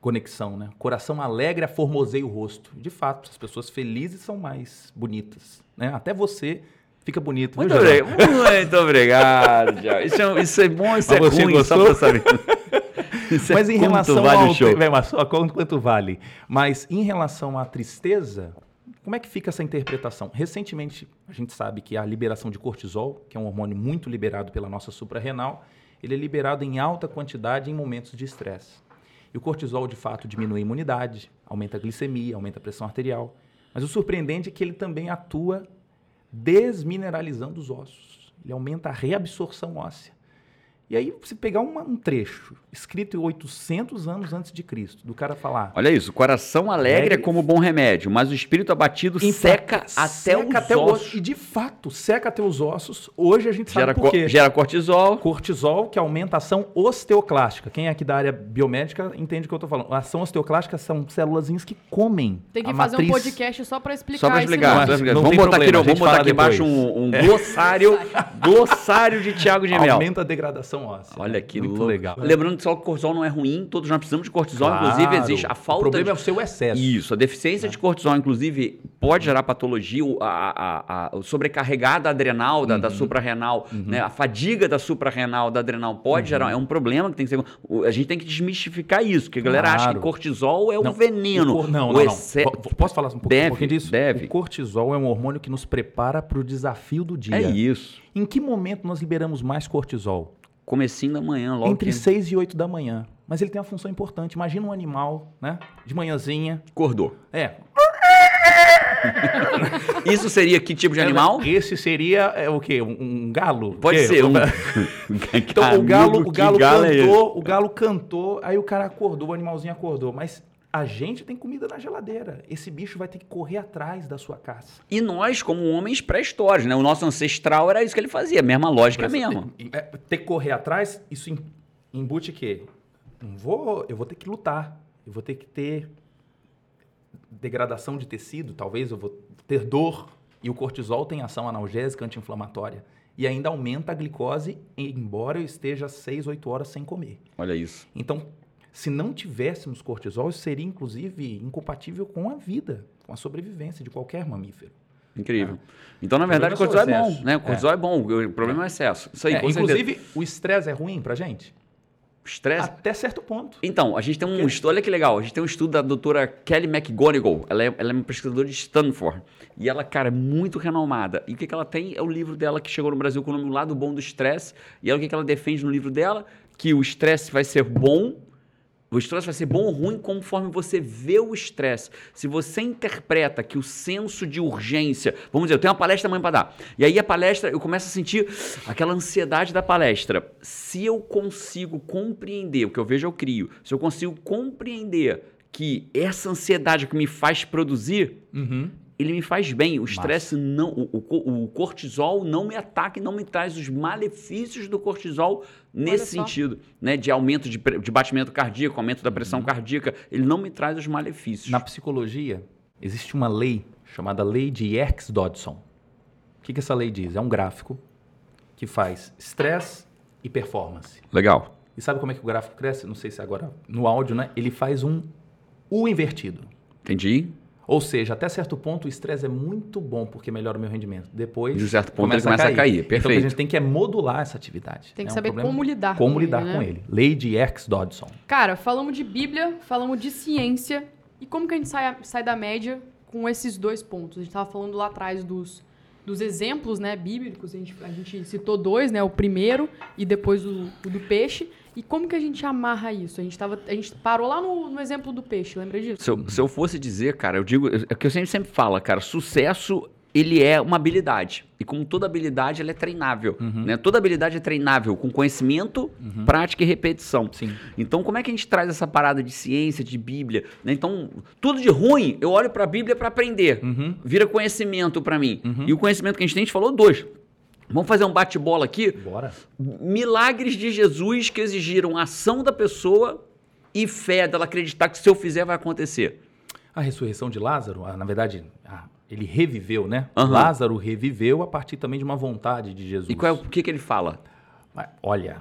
[SPEAKER 3] conexão, né? Coração alegre aformoseia o rosto. De fato, as pessoas felizes são mais bonitas, né? Até você fica bonito. viu,
[SPEAKER 1] Muito,
[SPEAKER 3] Geraldo?
[SPEAKER 1] obrigado, muito obrigado, Tiago. Isso é, isso é bom, isso é
[SPEAKER 3] Mas você
[SPEAKER 1] ruim, só
[SPEAKER 3] gostou?
[SPEAKER 1] pra
[SPEAKER 3] (laughs)
[SPEAKER 1] saber. Isso é
[SPEAKER 3] Mas em
[SPEAKER 1] quanto
[SPEAKER 3] relação
[SPEAKER 1] vale
[SPEAKER 3] ao...
[SPEAKER 1] o show.
[SPEAKER 3] Em relação a quanto, quanto vale. Mas em relação à tristeza, como é que fica essa interpretação? Recentemente, a gente sabe que a liberação de cortisol, que é um hormônio muito liberado pela nossa suprarrenal, ele é liberado em alta quantidade em momentos de estresse. E o cortisol, de fato, diminui a imunidade, aumenta a glicemia, aumenta a pressão arterial. Mas o surpreendente é que ele também atua desmineralizando os ossos. Ele aumenta a reabsorção óssea. E aí, se pegar uma- um trecho escrito em 800 anos antes de Cristo, do cara falar.
[SPEAKER 1] Olha isso, o coração alegre é
[SPEAKER 3] Alegre.
[SPEAKER 1] como bom remédio, mas o espírito abatido seca, até
[SPEAKER 3] seca
[SPEAKER 1] os
[SPEAKER 3] o osso.
[SPEAKER 1] ossos.
[SPEAKER 3] E de fato, seca até os ossos. Hoje a gente sabe
[SPEAKER 1] Gera,
[SPEAKER 3] por
[SPEAKER 1] co-
[SPEAKER 3] quê.
[SPEAKER 1] gera cortisol.
[SPEAKER 3] Cortisol, que aumenta a ação osteoclástica. Quem é aqui da área biomédica entende o que eu estou falando. A ação osteoclástica são célulazinhas que comem
[SPEAKER 2] Tem que
[SPEAKER 3] a
[SPEAKER 2] fazer
[SPEAKER 3] matriz.
[SPEAKER 2] um podcast só pra explicar
[SPEAKER 1] Só
[SPEAKER 2] né?
[SPEAKER 1] pra
[SPEAKER 2] esse
[SPEAKER 1] explicar, só pra
[SPEAKER 2] negócio.
[SPEAKER 1] explicar.
[SPEAKER 3] Não
[SPEAKER 1] vamos
[SPEAKER 3] tem
[SPEAKER 1] botar aqui,
[SPEAKER 3] problema, a gente
[SPEAKER 1] vamos botar
[SPEAKER 3] fala
[SPEAKER 1] aqui embaixo
[SPEAKER 3] depois. É.
[SPEAKER 1] um, um glossário, glossário de Tiago Gemel.
[SPEAKER 3] Aumenta a degradação óssea. É
[SPEAKER 1] Olha que
[SPEAKER 3] Muito
[SPEAKER 1] louco.
[SPEAKER 3] legal.
[SPEAKER 1] Lembrando que só que cortisol não é ruim, todos nós precisamos de cortisol,
[SPEAKER 3] Claro.
[SPEAKER 1] inclusive existe a
[SPEAKER 3] O
[SPEAKER 1] falta
[SPEAKER 3] problema
[SPEAKER 1] de...
[SPEAKER 3] é o seu excesso.
[SPEAKER 1] Isso, a deficiência
[SPEAKER 3] Tá.
[SPEAKER 1] de cortisol, inclusive, pode gerar patologia, o- a, a, a- o sobrecarregada adrenal da, da
[SPEAKER 3] Uhum.
[SPEAKER 1] suprarrenal, né? a fadiga da suprarrenal, da adrenal,
[SPEAKER 3] Uhum.
[SPEAKER 1] pode gerar, é um problema que tem que ser... o- A gente tem que desmistificar isso, que a galera acha que
[SPEAKER 3] Claro.
[SPEAKER 1] cortisol é um
[SPEAKER 3] Não,
[SPEAKER 1] veneno.
[SPEAKER 3] O cor- Não,
[SPEAKER 1] O
[SPEAKER 3] não, não.
[SPEAKER 1] exce-
[SPEAKER 3] Po- po- Posso falar um pouquinho,
[SPEAKER 1] Deve,
[SPEAKER 3] um pouquinho disso?
[SPEAKER 1] deve.
[SPEAKER 3] O cortisol é um hormônio que nos prepara para o desafio do dia.
[SPEAKER 1] É isso.
[SPEAKER 3] Em que momento nós liberamos mais cortisol?
[SPEAKER 1] Comecinho da manhã, logo
[SPEAKER 3] Entre
[SPEAKER 1] que
[SPEAKER 3] 6 e 8 da manhã. Mas ele tem uma função importante. Imagina um animal, né? De manhãzinha.
[SPEAKER 1] acordou.
[SPEAKER 3] É.
[SPEAKER 1] Isso seria que tipo
[SPEAKER 3] É,
[SPEAKER 1] de animal?
[SPEAKER 3] Esse seria é, o quê? Um, um galo?
[SPEAKER 1] Pode
[SPEAKER 3] né? Que?
[SPEAKER 1] ser um. (laughs)
[SPEAKER 3] Então o galo, o
[SPEAKER 1] que
[SPEAKER 3] galo,
[SPEAKER 1] é esse?
[SPEAKER 3] cantou, o galo cantou, aí o cara acordou, o animalzinho acordou. Mas a gente tem comida na geladeira. Esse bicho vai ter que correr atrás da sua caça.
[SPEAKER 1] E nós, como homens pré-históricos, né? O nosso ancestral era isso que ele fazia, mesma lógica mesmo.
[SPEAKER 3] Tem- é, ter que correr atrás, isso em- embute que não vou, eu vou ter que lutar, eu vou ter que ter degradação de tecido, talvez eu vou ter dor. E o cortisol tem ação analgésica, anti-inflamatória. E ainda aumenta a glicose, embora eu esteja 6, 8 horas sem comer.
[SPEAKER 1] Olha isso.
[SPEAKER 3] Então, se não tivéssemos cortisol, isso seria inclusive incompatível com a vida, com a sobrevivência de qualquer mamífero.
[SPEAKER 1] Incrível. Então, na
[SPEAKER 3] O
[SPEAKER 1] verdade, o cortisol é
[SPEAKER 3] problema é o
[SPEAKER 1] bom,
[SPEAKER 3] excesso.
[SPEAKER 1] né? O cortisol é, bom, o problema é o excesso. Isso aí,
[SPEAKER 3] É,
[SPEAKER 1] com certeza.
[SPEAKER 3] inclusive, o estresse é ruim pra gente?
[SPEAKER 1] Estresse.
[SPEAKER 3] Até certo ponto.
[SPEAKER 1] Então, a gente tem um estudo, olha que legal, a gente tem um estudo da doutora Kelly McGonigal, ela é, ela é uma pesquisadora de Stanford, e ela, cara, é muito renomada, e o que, que ela tem é o livro dela que chegou no Brasil com o nome O Lado Bom do Estresse, e ela, o que, que ela defende no livro dela? Que o estresse vai ser bom, o estresse vai ser bom ou ruim conforme você vê o estresse. Se você interpreta que o senso de urgência, vamos dizer, eu tenho uma palestra amanhã para dar, e aí a palestra, eu começo a sentir aquela ansiedade da palestra. Se eu consigo compreender, o que eu vejo eu crio, se eu consigo compreender que essa ansiedade que me faz produzir, ele me faz bem. O estresse não. O, o co- o cortisol não me ataca e não me traz os malefícios do cortisol nesse
[SPEAKER 2] Olha só.
[SPEAKER 1] sentido, né? De aumento de, pre- de batimento cardíaco, aumento da
[SPEAKER 2] Uhum.
[SPEAKER 1] pressão cardíaca. Ele não me traz os malefícios.
[SPEAKER 3] Na psicologia, existe uma lei chamada Lei de Yerkes-Dodson. O que, que essa lei diz? É um gráfico que faz estresse e performance.
[SPEAKER 1] Legal.
[SPEAKER 3] E sabe como é que o gráfico cresce? Não sei se agora no áudio, né? Ele faz um U invertido.
[SPEAKER 1] Entendi.
[SPEAKER 3] Ou seja, até certo ponto o estresse é muito bom porque melhora o meu rendimento. Depois.
[SPEAKER 1] De um certo ponto ele começa a cair.
[SPEAKER 3] Então o que a
[SPEAKER 1] Perfeito.
[SPEAKER 3] gente tem que é modular essa atividade.
[SPEAKER 2] Tem que
[SPEAKER 3] É um
[SPEAKER 2] saber
[SPEAKER 3] problema-
[SPEAKER 2] como lidar
[SPEAKER 3] como
[SPEAKER 2] com ele,
[SPEAKER 3] lidar
[SPEAKER 2] né?
[SPEAKER 3] com ele. Lei de Erx Dodson.
[SPEAKER 2] Cara, falamos de Bíblia, falamos de ciência. E como que a gente sai, sai da média com esses dois pontos? A gente estava falando lá atrás dos, dos exemplos né, bíblicos, a gente, a gente citou dois, né? O primeiro e depois o, o do peixe. E como que a gente amarra isso? A gente, tava, a gente parou lá no, no exemplo do peixe, lembra disso?
[SPEAKER 1] Se eu, se eu fosse dizer, cara, eu digo, é o que eu sempre, sempre falo, cara, sucesso ele é uma habilidade. E como toda habilidade, ela é treinável.
[SPEAKER 2] Uhum.
[SPEAKER 1] Né? Toda habilidade é treinável com conhecimento, prática e repetição.
[SPEAKER 3] Sim.
[SPEAKER 1] Então, como é que a gente traz essa parada de ciência, de Bíblia? né? Então, tudo de ruim, eu olho pra Bíblia pra aprender.
[SPEAKER 3] Uhum.
[SPEAKER 1] Vira conhecimento pra mim. E o conhecimento que a gente tem, a gente falou dois. Vamos fazer um bate-bola aqui?
[SPEAKER 3] Bora.
[SPEAKER 1] milagres de Jesus que exigiram a ação da pessoa e fé dela acreditar que se eu fizer vai acontecer.
[SPEAKER 3] A ressurreição de Lázaro, ah, na verdade, ah, ele reviveu, né?
[SPEAKER 1] Aham.
[SPEAKER 3] Lázaro reviveu a partir também de uma vontade de Jesus.
[SPEAKER 1] E qual é o o que, que ele fala?
[SPEAKER 3] Mas, Olha,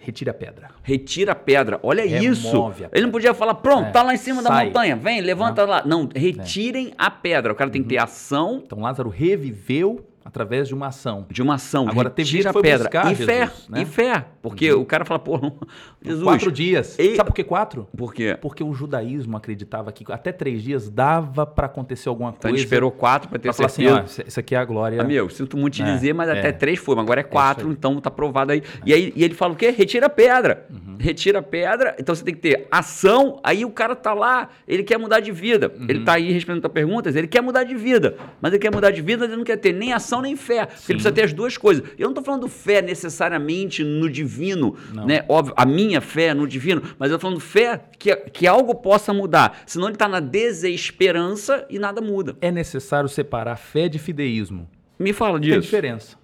[SPEAKER 3] retira a pedra.
[SPEAKER 1] Retira a pedra. Olha
[SPEAKER 3] Remove
[SPEAKER 1] isso.
[SPEAKER 3] a pedra.
[SPEAKER 1] Ele não podia falar, pronto,
[SPEAKER 3] É.
[SPEAKER 1] tá lá em cima da
[SPEAKER 3] Sai. É.
[SPEAKER 1] montanha, vem, levanta lá. Não, retirem a pedra. O cara tem que ter ação
[SPEAKER 3] Então Lázaro reviveu através de uma ação.
[SPEAKER 1] de uma ação.
[SPEAKER 3] Agora, teve
[SPEAKER 1] Retira
[SPEAKER 3] gente
[SPEAKER 1] a
[SPEAKER 3] que foi
[SPEAKER 1] pedra.
[SPEAKER 3] buscar
[SPEAKER 1] e fé,
[SPEAKER 3] Jesus, né?
[SPEAKER 1] e fé. Porque o cara fala, pô, (laughs) não- Jesus.
[SPEAKER 3] Quatro dias.
[SPEAKER 1] E-
[SPEAKER 3] Sabe por que quatro?
[SPEAKER 1] Por quê?
[SPEAKER 3] Porque o judaísmo acreditava que até três dias dava pra acontecer alguma
[SPEAKER 1] Então a
[SPEAKER 3] coisa.
[SPEAKER 1] gente esperou quatro pra ter
[SPEAKER 3] é. Pra falar assim,
[SPEAKER 1] certeza.
[SPEAKER 3] ó, isso- isso aqui é a glória.
[SPEAKER 1] Amigo, sinto muito te
[SPEAKER 3] É,
[SPEAKER 1] dizer, mas
[SPEAKER 3] é.
[SPEAKER 1] até três foi, mas agora é
[SPEAKER 3] isso
[SPEAKER 1] quatro,
[SPEAKER 3] aí. Uhum.
[SPEAKER 1] então tá provado aí. E aí e ele fala o quê? Retira a pedra. retira a pedra, então você tem que ter ação, aí o cara tá lá, ele quer mudar de vida.
[SPEAKER 3] Uhum.
[SPEAKER 1] Ele tá aí respondendo a perguntas, ele quer mudar de vida, mas ele quer mudar de vida, ele não quer ter nem ação nem fé, porque ele precisa ter as duas coisas. Eu não tô falando fé necessariamente no divino,
[SPEAKER 3] Não.
[SPEAKER 1] né? Óbvio, a minha fé no divino, mas eu tô falando fé que, que algo possa mudar, senão ele tá na desesperança e nada muda.
[SPEAKER 3] É necessário separar fé de fideísmo.
[SPEAKER 1] Me fala
[SPEAKER 3] Tem
[SPEAKER 1] disso.
[SPEAKER 3] diferença.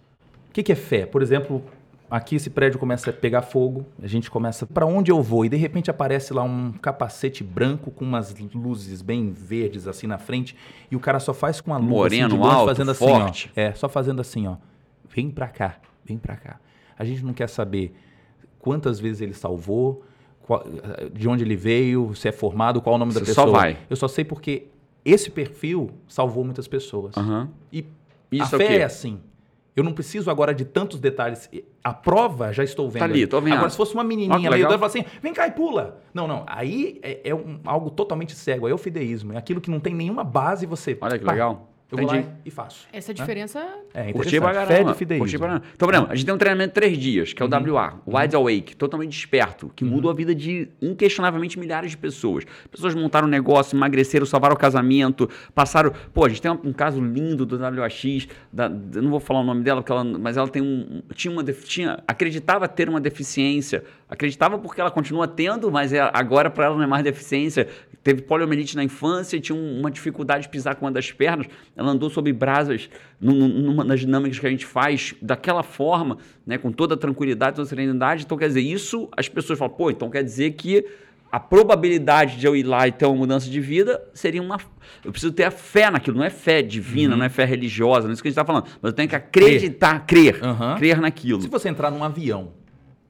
[SPEAKER 3] O que, que é fé? Por exemplo, aqui esse prédio começa a pegar fogo, a gente começa para onde eu vou e de repente aparece lá um capacete branco com umas luzes bem verdes assim na frente e o cara só faz com a luz
[SPEAKER 1] Moreno,
[SPEAKER 3] assim, de longe,
[SPEAKER 1] alto,
[SPEAKER 3] fazendo assim,
[SPEAKER 1] forte.
[SPEAKER 3] ó. É, só fazendo assim, ó. Vem pra cá, vem pra cá. A gente não quer saber quantas vezes ele salvou, qual- de onde ele veio, se é formado, qual o nome da
[SPEAKER 1] Você
[SPEAKER 3] pessoa.
[SPEAKER 1] só vai.
[SPEAKER 3] Eu só sei porque esse perfil salvou muitas pessoas.
[SPEAKER 1] Aham.
[SPEAKER 3] E
[SPEAKER 1] Isso
[SPEAKER 3] a
[SPEAKER 1] é o
[SPEAKER 3] fé
[SPEAKER 1] quê?
[SPEAKER 3] é assim. Eu não preciso agora de tantos detalhes. A prova já estou vendo.
[SPEAKER 1] Tá ali, tô vendo.
[SPEAKER 3] Agora, se fosse uma
[SPEAKER 1] Ó, que
[SPEAKER 3] menininha ali, eu
[SPEAKER 1] legal.
[SPEAKER 3] falo assim, vem cá e pula. Não, não. Aí é, é um- algo totalmente cego. Aí É o fideísmo. É aquilo que não tem nenhuma base e você...
[SPEAKER 1] Olha que
[SPEAKER 3] pá,
[SPEAKER 1] legal.
[SPEAKER 3] Eu
[SPEAKER 1] Entendi.
[SPEAKER 3] vou lá e faço.
[SPEAKER 2] Essa diferença.
[SPEAKER 3] É
[SPEAKER 1] Curti pra
[SPEAKER 3] interessante.
[SPEAKER 1] caramba.
[SPEAKER 3] Fé de fideísmo. Uhum.
[SPEAKER 1] Curti pra caramba. Então, por exemplo, a gente tem um treinamento de três dias, que é o WA, Wide Awake, totalmente desperto, que mudou a vida de inquestionavelmente milhares de pessoas. Pessoas montaram um negócio, emagreceram, salvaram o casamento, passaram. Pô, a gente tem um, um caso lindo do WAX, da- eu não vou falar o nome dela, porque ela, mas ela tem um. Tinha uma. def- Tinha, acreditava ter uma deficiência. Acreditava porque ela continua tendo, mas é- agora para ela não é mais deficiência. Teve poliomielite na infância, e tinha um- uma dificuldade de pisar com uma das pernas. Ela andou sobre brasas num- numa das dinâmicas que a gente faz daquela forma, né, com toda a tranquilidade, toda a serenidade. Então, quer dizer, isso as pessoas falam, pô, então quer dizer que a probabilidade de eu ir lá e ter uma mudança de vida seria uma. Eu preciso ter a fé naquilo, não é fé divina,
[SPEAKER 3] Uhum.
[SPEAKER 1] não é fé religiosa, não é isso que a gente está falando. Mas eu tenho que acreditar, crer,
[SPEAKER 3] Aham.
[SPEAKER 1] crer naquilo.
[SPEAKER 3] Se você entrar num avião,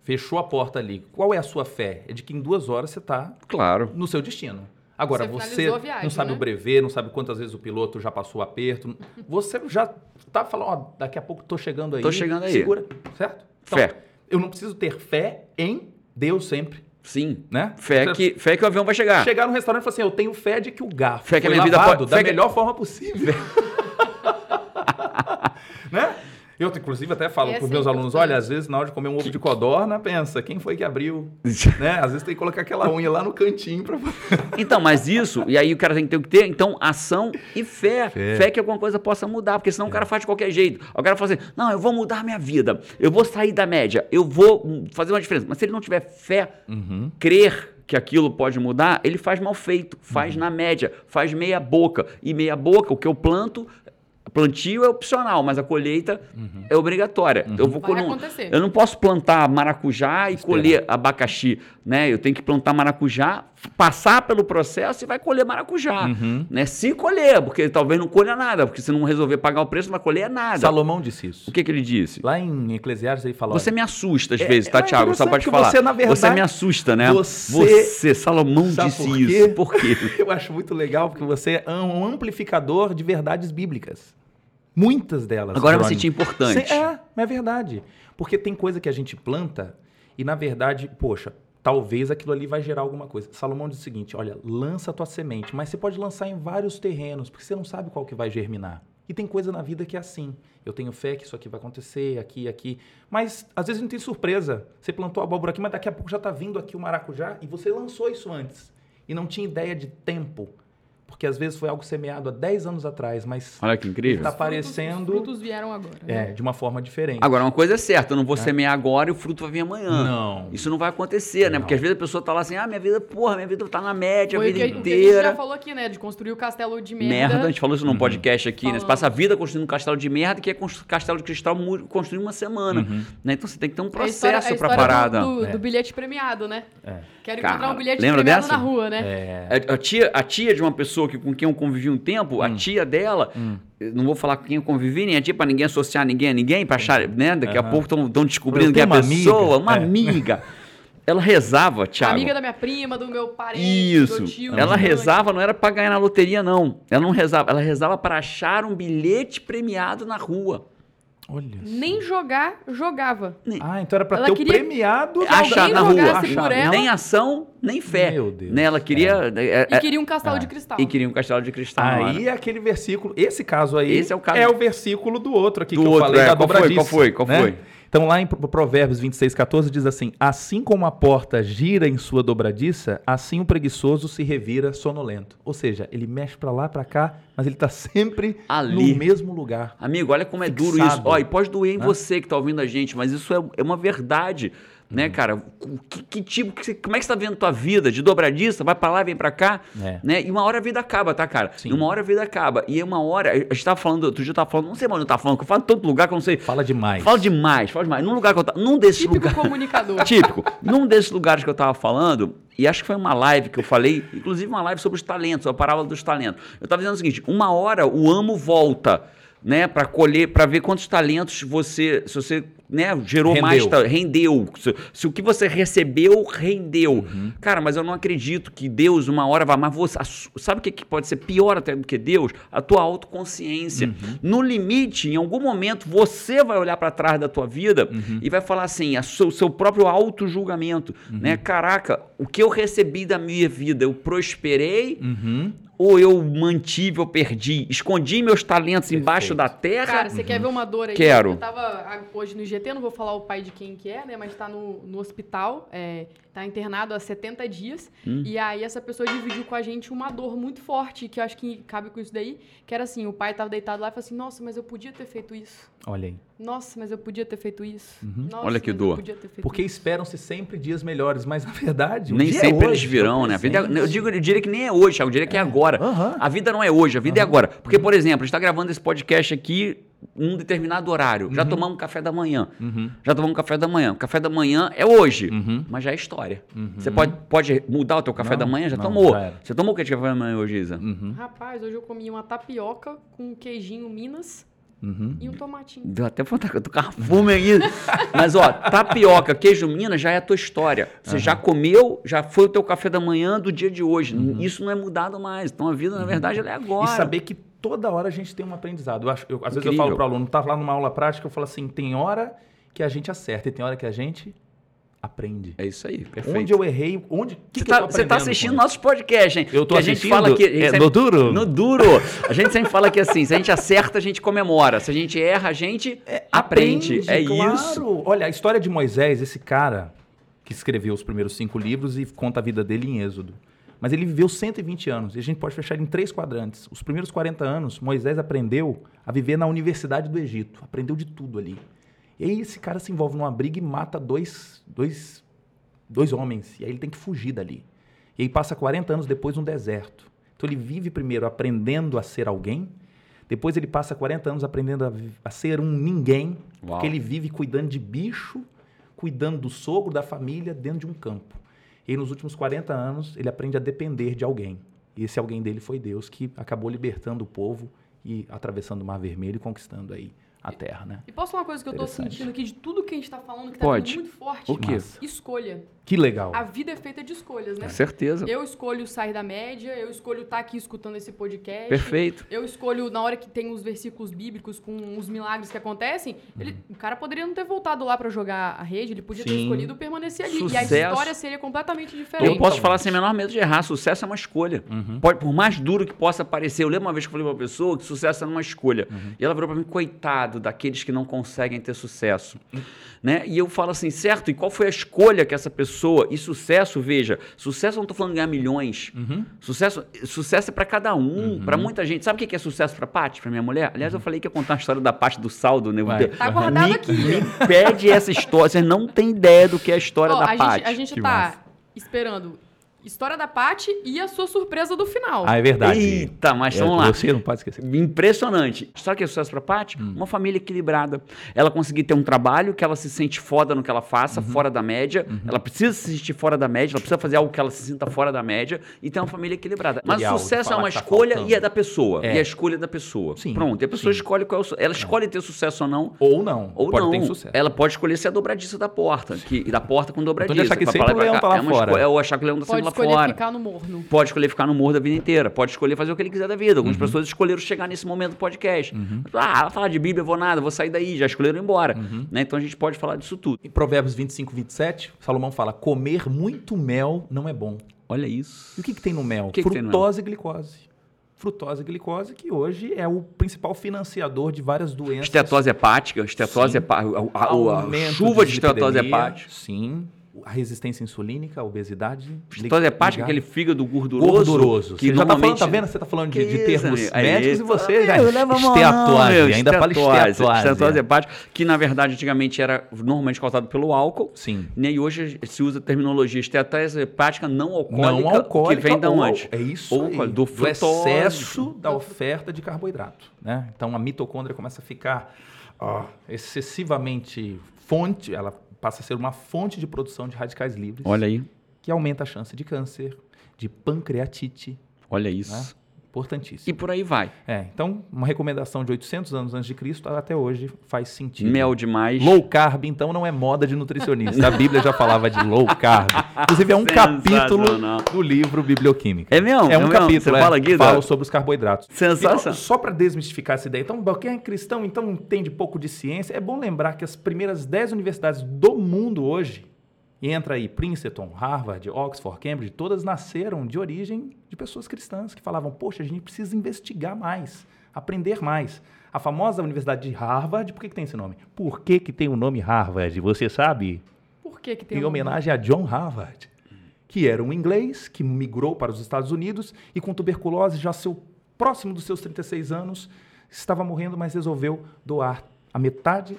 [SPEAKER 3] fechou a porta ali, qual é a sua fé? É de que em duas horas você tá está
[SPEAKER 1] Claro.
[SPEAKER 3] no seu destino. Agora,
[SPEAKER 2] Você
[SPEAKER 3] você,
[SPEAKER 2] finalizou a viagem,
[SPEAKER 3] não sabe
[SPEAKER 2] né?
[SPEAKER 3] o brevet, não sabe quantas vezes o piloto já passou o aperto. Você já tá falando, ó, daqui a pouco tô chegando aí.
[SPEAKER 1] Tô chegando aí.
[SPEAKER 3] Segura, certo? Então,
[SPEAKER 1] Fé.
[SPEAKER 3] Eu não preciso ter fé em Deus sempre,
[SPEAKER 1] Sim.
[SPEAKER 3] né?
[SPEAKER 1] Fé
[SPEAKER 3] Você
[SPEAKER 1] que, fé que o avião vai chegar.
[SPEAKER 3] Chegar no restaurante e falar assim, eu tenho fé de que o garfo
[SPEAKER 1] Fé que a
[SPEAKER 3] foi
[SPEAKER 1] minha vida
[SPEAKER 3] lavado
[SPEAKER 1] pode-
[SPEAKER 3] da
[SPEAKER 1] fé que-
[SPEAKER 3] melhor forma possível. (laughs) né? Eu, inclusive, até falo
[SPEAKER 2] Essa
[SPEAKER 3] para os
[SPEAKER 2] é
[SPEAKER 3] meus alunos,
[SPEAKER 2] importante.
[SPEAKER 3] olha, às vezes na hora de comer um ovo de codorna, pensa, quem foi que abriu? né? Às vezes tem que colocar aquela unha lá no cantinho para
[SPEAKER 1] Então, mas isso, e aí o cara tem que ter o que ter, então, ação e fé.
[SPEAKER 3] Fé.
[SPEAKER 1] Fé, que alguma coisa possa mudar, porque senão o cara faz de qualquer jeito. Aí O cara fala assim, não, eu vou mudar a minha vida, eu vou sair da média, eu vou hum, fazer uma diferença. Mas se ele não tiver fé, crer que aquilo pode mudar, ele faz mal feito, faz na média, faz meia boca. E meia boca, o que eu planto... Plantio é opcional, mas a colheita é obrigatória. Eu vou
[SPEAKER 2] Vai
[SPEAKER 1] não-
[SPEAKER 2] acontecer.
[SPEAKER 1] Eu não posso plantar maracujá e colher abacaxi, né? Eu tenho que plantar maracujá, f- passar pelo processo e vai colher maracujá,
[SPEAKER 3] Uhum.
[SPEAKER 1] né? Se colher, porque talvez não colha nada, porque se não resolver pagar o preço, não vai colher nada.
[SPEAKER 3] Salomão disse isso.
[SPEAKER 1] O que que ele disse?
[SPEAKER 3] Lá em Eclesiastes ele fala.
[SPEAKER 1] Você me assusta às
[SPEAKER 3] É,
[SPEAKER 1] vezes,
[SPEAKER 3] é
[SPEAKER 1] tá, Thiago? Só
[SPEAKER 3] interessante
[SPEAKER 1] pode
[SPEAKER 3] que
[SPEAKER 1] falar.
[SPEAKER 3] você, na verdade,
[SPEAKER 1] Você me assusta, né?
[SPEAKER 3] você-
[SPEAKER 1] Você, Salomão
[SPEAKER 3] Sabe
[SPEAKER 1] disse
[SPEAKER 3] por quê?
[SPEAKER 1] isso. Por quê?
[SPEAKER 3] (laughs) olha, eu acho muito legal porque você é um amplificador de verdades bíblicas. Muitas delas.
[SPEAKER 1] Agora eu me
[SPEAKER 3] Jerônimo.
[SPEAKER 1] senti importante.
[SPEAKER 3] Cê- É, mas é verdade. Porque tem coisa que a gente planta e, na verdade, poxa, talvez aquilo ali vai gerar alguma coisa. Salomão diz o seguinte: olha, lança a tua semente, mas você pode lançar em vários terrenos, porque você não sabe qual que vai germinar. E tem coisa na vida que é assim. Eu tenho fé que isso aqui vai acontecer, aqui, aqui. Mas às vezes não tem surpresa. Você plantou a abóbora aqui, mas daqui a pouco já tá vindo aqui o maracujá e você lançou isso antes. E não tinha ideia de tempo. Porque às vezes foi algo semeado há 10 anos atrás, mas
[SPEAKER 1] Olha que incrível.
[SPEAKER 3] Tá
[SPEAKER 2] Os frutos-
[SPEAKER 3] aparecendo-
[SPEAKER 2] Os frutos vieram agora. né?
[SPEAKER 3] é, de uma forma diferente.
[SPEAKER 1] Agora, uma coisa é certa, eu não vou semear agora e o fruto vai vir amanhã.
[SPEAKER 3] Não.
[SPEAKER 1] Isso não vai acontecer, né? Porque às vezes a pessoa tá lá assim, ah, minha vida, porra, minha vida tá na média
[SPEAKER 2] Foi
[SPEAKER 1] a
[SPEAKER 2] o que,
[SPEAKER 1] vida
[SPEAKER 2] a- o que a gente já
[SPEAKER 1] inteira.
[SPEAKER 2] falou aqui, né? De construir o castelo de merda.
[SPEAKER 1] Merda, a gente falou isso num
[SPEAKER 3] Uhum.
[SPEAKER 1] podcast aqui, né? Você
[SPEAKER 2] Falamos.
[SPEAKER 1] passa a vida construindo um castelo de merda que é constru- castelo de cristal mu- construir uma semana.
[SPEAKER 3] Uhum.
[SPEAKER 1] Né? Então você tem que ter um
[SPEAKER 2] É a história-
[SPEAKER 1] processo
[SPEAKER 2] a
[SPEAKER 1] pra
[SPEAKER 2] história do-
[SPEAKER 1] parada.
[SPEAKER 2] Do,
[SPEAKER 3] É.
[SPEAKER 2] do bilhete premiado, né?
[SPEAKER 3] É.
[SPEAKER 2] Quero
[SPEAKER 1] Cara,
[SPEAKER 2] encontrar um bilhete
[SPEAKER 1] lembra
[SPEAKER 2] premiado
[SPEAKER 1] dessa?
[SPEAKER 2] na rua, né?
[SPEAKER 3] É.
[SPEAKER 1] A, a tia, a tia de uma pessoa que, com quem eu convivi um tempo,
[SPEAKER 3] Hum.
[SPEAKER 1] a tia dela, eu não vou falar com quem eu convivi, nem a tia, pra ninguém associar ninguém a ninguém, pra achar, né? Daqui a
[SPEAKER 3] Aham.
[SPEAKER 1] pouco estão descobrindo
[SPEAKER 3] Eu
[SPEAKER 1] que é a
[SPEAKER 3] tenho uma
[SPEAKER 1] pessoa,
[SPEAKER 3] amiga.
[SPEAKER 1] uma
[SPEAKER 3] É.
[SPEAKER 1] amiga. Ela rezava, Thiago.
[SPEAKER 2] Amiga da minha prima, do meu parente, do
[SPEAKER 1] Isso.
[SPEAKER 2] meu tio. né?
[SPEAKER 1] ela
[SPEAKER 2] do meu
[SPEAKER 1] rezava, não era pra ganhar na loteria, não. Ela não rezava, ela rezava pra achar um bilhete premiado na rua.
[SPEAKER 3] Olha.
[SPEAKER 2] tio. Nem jogar, jogava.
[SPEAKER 3] Ah, então era pra
[SPEAKER 2] Ela
[SPEAKER 3] ter
[SPEAKER 2] queria-
[SPEAKER 3] o premiado da-
[SPEAKER 1] achar
[SPEAKER 2] alguém
[SPEAKER 1] na
[SPEAKER 2] jogasse
[SPEAKER 1] rua.
[SPEAKER 2] por ela.
[SPEAKER 1] Nem ação, nem fé.
[SPEAKER 3] Meu Deus.
[SPEAKER 1] Né? Ela queria. é,
[SPEAKER 2] E
[SPEAKER 1] é,
[SPEAKER 2] queria um castelo
[SPEAKER 3] é.
[SPEAKER 2] de cristal.
[SPEAKER 1] e queria um castelo de cristal. na hora.
[SPEAKER 3] Aí é aquele versículo. Esse caso aí
[SPEAKER 1] Esse é o caso.
[SPEAKER 3] versículo do outro aqui
[SPEAKER 1] Do
[SPEAKER 3] que eu
[SPEAKER 1] outro,
[SPEAKER 3] falei
[SPEAKER 1] é.
[SPEAKER 3] da
[SPEAKER 1] Qual foi?
[SPEAKER 3] dobradiça.
[SPEAKER 1] Qual foi? Qual
[SPEAKER 3] né?
[SPEAKER 1] foi?
[SPEAKER 3] Então, lá em Pro- Provérbios 26, 14, diz assim: Assim como a porta gira em sua dobradiça, assim o preguiçoso se revira sonolento. Ou seja, ele mexe pra lá, pra cá, mas ele tá sempre
[SPEAKER 1] Ali.
[SPEAKER 3] no mesmo lugar.
[SPEAKER 1] Amigo, olha como é duro
[SPEAKER 3] Fixado.
[SPEAKER 1] isso. Ó, e pode doer em
[SPEAKER 3] Né?
[SPEAKER 1] você que tá ouvindo a gente, mas isso é, é uma verdade,
[SPEAKER 3] Hum.
[SPEAKER 1] né, cara? O Que, que tipo, que você- como é que você tá vendo tua vida? De dobradiça, vai pra lá, vem pra cá,
[SPEAKER 3] É.
[SPEAKER 1] né? E uma hora a vida acaba, tá, cara?
[SPEAKER 3] Sim.
[SPEAKER 1] E uma hora a vida acaba. E é uma hora, a gente tava falando, outro dia eu tava falando, não sei mais onde eu tava falando, que eu falo em todo lugar que eu não sei.
[SPEAKER 3] Fala demais.
[SPEAKER 1] Falo demais, falo demais. Num lugar que eu tava, num desses
[SPEAKER 2] Típico
[SPEAKER 1] lugares... (laughs)
[SPEAKER 2] comunicador.
[SPEAKER 1] Típico. Num desses lugares que eu tava falando, e acho que foi uma live que eu falei, inclusive uma live sobre os talentos, a parábola dos talentos. Eu tava dizendo o seguinte: uma hora o amo volta, né, Pra colher, pra ver quantos talentos você, se você, né, gerou
[SPEAKER 3] Rendeu.
[SPEAKER 1] mais, ta- rendeu, se, se o que você recebeu rendeu. Cara, mas eu não acredito que Deus uma hora vai, mas você, a su- sabe o que, que pode ser pior até do que Deus? A tua autoconsciência. No limite, em algum momento você vai olhar pra trás da tua vida e vai falar assim, a seu, seu próprio auto-julgamento, né? Caraca, o que eu recebi da minha vida, eu prosperei
[SPEAKER 3] Uhum.
[SPEAKER 1] ou eu mantive ou perdi? Escondi meus talentos embaixo da terra?
[SPEAKER 2] Cara, você quer ver uma dor aí?
[SPEAKER 1] Quero.
[SPEAKER 2] Eu tava ah, hoje no IGT, não vou falar o pai de quem que é, né? Mas tá no, no hospital, é, tá internado há 70 dias.
[SPEAKER 1] Hum.
[SPEAKER 2] E aí essa pessoa dividiu com a gente uma dor muito forte, que eu acho que cabe com isso daí, que era assim, o pai tava deitado lá e falou assim, nossa, mas eu podia ter feito isso.
[SPEAKER 3] Olha aí.
[SPEAKER 2] Nossa, mas eu podia ter feito isso. Nossa,
[SPEAKER 1] Uhum. Olha que
[SPEAKER 2] mas
[SPEAKER 1] dor.
[SPEAKER 2] Eu podia ter feito
[SPEAKER 3] Porque
[SPEAKER 2] isso.
[SPEAKER 3] esperam-se sempre dias melhores, mas na verdade. o
[SPEAKER 1] Nem
[SPEAKER 3] dia é
[SPEAKER 1] sempre
[SPEAKER 3] hoje,
[SPEAKER 1] eles virão, né? A vida é-
[SPEAKER 3] presente.
[SPEAKER 1] eu, digo, eu diria que nem é hoje, eu diria que é agora.
[SPEAKER 3] Aham. Uhum.
[SPEAKER 1] A vida não é hoje, a vida é agora. Porque, por exemplo, a gente está gravando esse podcast aqui num determinado horário. Já tomamos café da manhã.
[SPEAKER 3] Uhum.
[SPEAKER 1] Já tomamos café da manhã. O café da manhã é hoje,
[SPEAKER 3] Uhum.
[SPEAKER 1] mas já é história. Você pode, pode mudar o teu café
[SPEAKER 3] Não,
[SPEAKER 1] da manhã? Já
[SPEAKER 3] não,
[SPEAKER 1] tomou.
[SPEAKER 3] já era.
[SPEAKER 1] Você tomou o que de café da manhã hoje, Isa?
[SPEAKER 3] Uhum.
[SPEAKER 2] Rapaz, hoje eu comi uma tapioca com um queijinho Minas
[SPEAKER 3] Uhum.
[SPEAKER 2] e um tomatinho.
[SPEAKER 1] Deu até vontade, eu tô com a fome ainda. Mas ó, tapioca, queijo Minas já é a tua história. Você já comeu, já foi o teu café da manhã do dia de hoje. Isso não é mudado mais. Então a vida, na verdade, ela é agora.
[SPEAKER 3] Uhum. E saber que toda hora a gente tem um aprendizado. Eu acho, eu- às vezes eu
[SPEAKER 1] Incrível.
[SPEAKER 3] falo para o aluno, tá lá numa aula prática, eu falo assim, tem hora que a gente acerta e tem hora que a gente aprende.
[SPEAKER 1] É isso aí, perfeito.
[SPEAKER 3] Onde eu errei, onde que
[SPEAKER 1] Você
[SPEAKER 3] que eu
[SPEAKER 1] tá,
[SPEAKER 3] tô
[SPEAKER 1] você tá
[SPEAKER 3] aprendendo
[SPEAKER 1] assistindo
[SPEAKER 3] com
[SPEAKER 1] nossos podcasts, hein?
[SPEAKER 3] Eu tô
[SPEAKER 1] Que a gente
[SPEAKER 3] assistindo?
[SPEAKER 1] fala que. a gente
[SPEAKER 3] É,
[SPEAKER 1] sempre-
[SPEAKER 3] no duro?
[SPEAKER 1] No duro. A gente sempre fala que assim, se a gente acerta, a gente comemora. Se a gente erra, a gente
[SPEAKER 3] isso?
[SPEAKER 1] aprende. É
[SPEAKER 3] claro.
[SPEAKER 1] isso.
[SPEAKER 3] Olha, a história de Moisés, esse cara que escreveu os primeiros cinco livros e conta a vida dele em Êxodo. Mas ele viveu 120 anos e a gente pode fechar ele em três quadrantes. Os primeiros 40 anos, Moisés aprendeu a viver na Universidade do Egito. Aprendeu de tudo ali. E aí esse cara se envolve numa briga e mata dois, dois, dois homens. E aí ele tem que fugir dali. E aí passa 40 anos depois no deserto. Então ele vive primeiro aprendendo a ser alguém, depois ele passa 40 anos aprendendo a, vi- a ser um ninguém,
[SPEAKER 1] Uau.
[SPEAKER 3] porque ele vive cuidando de bicho, cuidando do sogro, da família, dentro de um campo. E aí, nos últimos 40 anos ele aprende a depender de alguém. E esse alguém dele foi Deus, que acabou libertando o povo e atravessando o Mar Vermelho e conquistando aí a terra, né?
[SPEAKER 2] E posso falar uma coisa que eu tô
[SPEAKER 3] Interessante.
[SPEAKER 2] sentindo aqui de tudo que a gente tá falando, que tá
[SPEAKER 1] Pode.
[SPEAKER 2] vindo muito forte?
[SPEAKER 1] O é quê?
[SPEAKER 3] Massa.
[SPEAKER 2] Escolha.
[SPEAKER 3] Que legal.
[SPEAKER 2] A vida é feita de escolhas, né?
[SPEAKER 1] Com certeza.
[SPEAKER 2] Eu escolho sair da média, eu escolho estar aqui escutando esse podcast.
[SPEAKER 1] Perfeito.
[SPEAKER 2] Eu escolho, na hora que tem os versículos bíblicos com os milagres que acontecem, ele-
[SPEAKER 1] Uhum.
[SPEAKER 2] o cara poderia não ter voltado lá pra jogar a rede, ele podia ter
[SPEAKER 3] Sim.
[SPEAKER 2] escolhido permanecer ali. E a
[SPEAKER 1] Sucesso.
[SPEAKER 2] história seria completamente diferente.
[SPEAKER 1] Eu posso falar sem o menor medo de errar. Sucesso é uma escolha.
[SPEAKER 3] Uhum.
[SPEAKER 1] Pode, por mais duro que possa parecer. Eu lembro uma vez que eu falei pra uma pessoa que sucesso era uma escolha.
[SPEAKER 3] Uhum.
[SPEAKER 1] E ela virou pra mim, coitado daqueles que não conseguem ter sucesso.
[SPEAKER 3] Hum.
[SPEAKER 1] Né? E eu falo assim, certo, e qual foi a escolha que essa pessoa... E sucesso, veja, sucesso eu não tô falando de ganhar milhões.
[SPEAKER 3] Uhum.
[SPEAKER 1] Sucesso, sucesso é pra cada um, pra muita gente. Sabe o que que é sucesso pra Paty, pra minha mulher? Aliás, eu falei que ia contar a história da Paty do saldo, né?
[SPEAKER 3] Uhum. Vai.
[SPEAKER 2] Tá guardado
[SPEAKER 1] me,
[SPEAKER 2] aqui.
[SPEAKER 1] Me pede essa história. Vocês não têm ideia do que é a história
[SPEAKER 2] Ó,
[SPEAKER 1] da
[SPEAKER 2] a,
[SPEAKER 1] Paty.
[SPEAKER 2] gente, a gente
[SPEAKER 3] Que
[SPEAKER 2] tá
[SPEAKER 3] massa.
[SPEAKER 2] esperando história da Paty e a sua surpresa do final.
[SPEAKER 3] Ah, é verdade.
[SPEAKER 1] Eita, mas
[SPEAKER 3] É,
[SPEAKER 1] vamos lá.
[SPEAKER 3] Você não pode esquecer.
[SPEAKER 1] Impressionante. Sabe o que é sucesso pra Paty?
[SPEAKER 3] Hum.
[SPEAKER 1] Uma família equilibrada. Ela conseguir ter um trabalho que ela se sente foda no que ela faça,
[SPEAKER 3] Uhum.
[SPEAKER 1] fora da média. Ela precisa se sentir fora da média, ela precisa fazer algo que ela se sinta fora da média e ter uma família equilibrada. Mas
[SPEAKER 3] Ideal,
[SPEAKER 1] o sucesso é
[SPEAKER 3] falar
[SPEAKER 1] uma
[SPEAKER 3] que tá
[SPEAKER 1] escolha
[SPEAKER 3] faltando.
[SPEAKER 1] e é da pessoa.
[SPEAKER 3] É.
[SPEAKER 1] E a escolha é da pessoa.
[SPEAKER 3] Sim,
[SPEAKER 1] Pronto, e a pessoa
[SPEAKER 3] sim.
[SPEAKER 1] escolhe qual é o su- Ela escolhe ter sucesso ou não.
[SPEAKER 3] Ou não.
[SPEAKER 1] Ou
[SPEAKER 3] pode
[SPEAKER 1] não,
[SPEAKER 3] ter sucesso.
[SPEAKER 1] ela pode escolher ser a dobradiça da porta, que, da porta com dobradiça.
[SPEAKER 3] achar que
[SPEAKER 1] pra
[SPEAKER 3] sempre
[SPEAKER 1] lá e
[SPEAKER 3] o
[SPEAKER 1] pra
[SPEAKER 3] leão
[SPEAKER 1] cá.
[SPEAKER 3] tá lá
[SPEAKER 1] é uma
[SPEAKER 3] fora.
[SPEAKER 1] escolha- É, ou achar que o leão tá sempre
[SPEAKER 2] Pode
[SPEAKER 1] lá
[SPEAKER 2] escolher
[SPEAKER 1] fora
[SPEAKER 2] ficar no morno.
[SPEAKER 1] pode escolher ficar no morro da vida inteira, pode escolher fazer o que ele quiser da vida.
[SPEAKER 3] Uhum.
[SPEAKER 1] Algumas pessoas escolheram chegar nesse momento do podcast. Ah, vai falar de Bíblia, eu vou nada, vou sair daí, já escolheram ir embora.
[SPEAKER 3] Uhum.
[SPEAKER 1] Né? Então a gente pode falar disso tudo.
[SPEAKER 3] Em Provérbios 25, 27, Salomão fala: comer muito mel não é bom.
[SPEAKER 1] Olha isso.
[SPEAKER 3] E o que, que tem no mel?
[SPEAKER 1] O que que tem no
[SPEAKER 3] Frutose e glicose. frutose e glicose, que hoje é o principal financiador de várias doenças.
[SPEAKER 1] Estetose hepática, estetose
[SPEAKER 3] Sim.
[SPEAKER 1] hepática, a, a- a
[SPEAKER 3] Aumento
[SPEAKER 1] chuva de estetose
[SPEAKER 3] dislipidemia,
[SPEAKER 1] hepática.
[SPEAKER 3] Sim. A resistência insulínica, a obesidade.
[SPEAKER 1] Estetose hepática, é
[SPEAKER 3] ligado.
[SPEAKER 1] aquele fígado gorduroso.
[SPEAKER 3] gorduroso.
[SPEAKER 1] Que
[SPEAKER 3] você já tá falando,
[SPEAKER 1] normalmente...
[SPEAKER 3] tá vendo? Você tá falando de,
[SPEAKER 1] Que
[SPEAKER 3] de
[SPEAKER 1] isso,
[SPEAKER 3] termos
[SPEAKER 1] amigo? Aí, tá
[SPEAKER 3] médicos e você já...
[SPEAKER 1] Meu, leva a mão,
[SPEAKER 3] Esteatose,
[SPEAKER 1] meu,
[SPEAKER 3] ainda fala esteatose.
[SPEAKER 1] Estetose hepática, que na verdade antigamente era normalmente causado pelo álcool.
[SPEAKER 3] Sim.
[SPEAKER 1] né? E hoje se usa a terminologia é estetose hepática não alcoólica,
[SPEAKER 3] Não alcoólica.
[SPEAKER 1] que vem da
[SPEAKER 3] ou-
[SPEAKER 1] onde?
[SPEAKER 3] É isso
[SPEAKER 1] Ou
[SPEAKER 3] aí,
[SPEAKER 1] alcoólica, do
[SPEAKER 3] do,
[SPEAKER 1] frutose.
[SPEAKER 3] excesso da oferta de carboidrato. Né? Então a mitocôndria começa a ficar ó, excessivamente fonte, ela passa a ser uma fonte de produção de radicais livres,
[SPEAKER 1] Olha aí,
[SPEAKER 3] que aumenta a chance de câncer, de pancreatite,
[SPEAKER 1] olha isso.
[SPEAKER 3] Né?
[SPEAKER 1] E
[SPEAKER 3] importantíssimo.
[SPEAKER 1] por aí vai.
[SPEAKER 3] É, então, uma recomendação de 800 anos antes de Cristo até hoje faz sentido.
[SPEAKER 1] Mel demais.
[SPEAKER 3] Low carb, então, não é moda de nutricionista. A Bíblia já falava de low carb. Inclusive, é um capítulo
[SPEAKER 1] Sensacional.
[SPEAKER 3] do livro Biblioquímica.
[SPEAKER 1] É mesmo?
[SPEAKER 3] É um
[SPEAKER 1] mesmo?
[SPEAKER 3] capítulo.
[SPEAKER 1] Você
[SPEAKER 3] é.
[SPEAKER 1] fala aqui,
[SPEAKER 3] Falo sobre os carboidratos.
[SPEAKER 1] Sensação.
[SPEAKER 3] E só para desmistificar essa ideia, então, quem é cristão, então entende pouco de ciência, é bom lembrar que as primeiras 10 universidades do mundo hoje, e entra aí Princeton, Harvard, Oxford, Cambridge, todas nasceram de origem de pessoas cristãs que falavam: poxa, a gente precisa investigar mais, aprender mais. A famosa Universidade de Harvard, por que, que tem esse nome? Por que, que tem o nome Harvard? Você sabe?
[SPEAKER 2] Por que que tem
[SPEAKER 3] em
[SPEAKER 2] um-
[SPEAKER 3] homenagem a John Harvard, que era um inglês que migrou para os Estados Unidos e com tuberculose já seu próximo dos seus 36 anos estava morrendo, mas resolveu doar a metade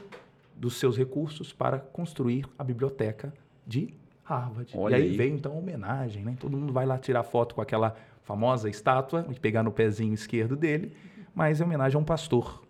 [SPEAKER 3] dos seus recursos para construir a biblioteca de Harvard.
[SPEAKER 1] Olha
[SPEAKER 3] e aí,
[SPEAKER 1] aí.
[SPEAKER 3] veio então a homenagem, né? Todo mundo vai lá tirar foto com aquela famosa estátua e pegar no pezinho esquerdo dele, mas é homenagem a um pastor.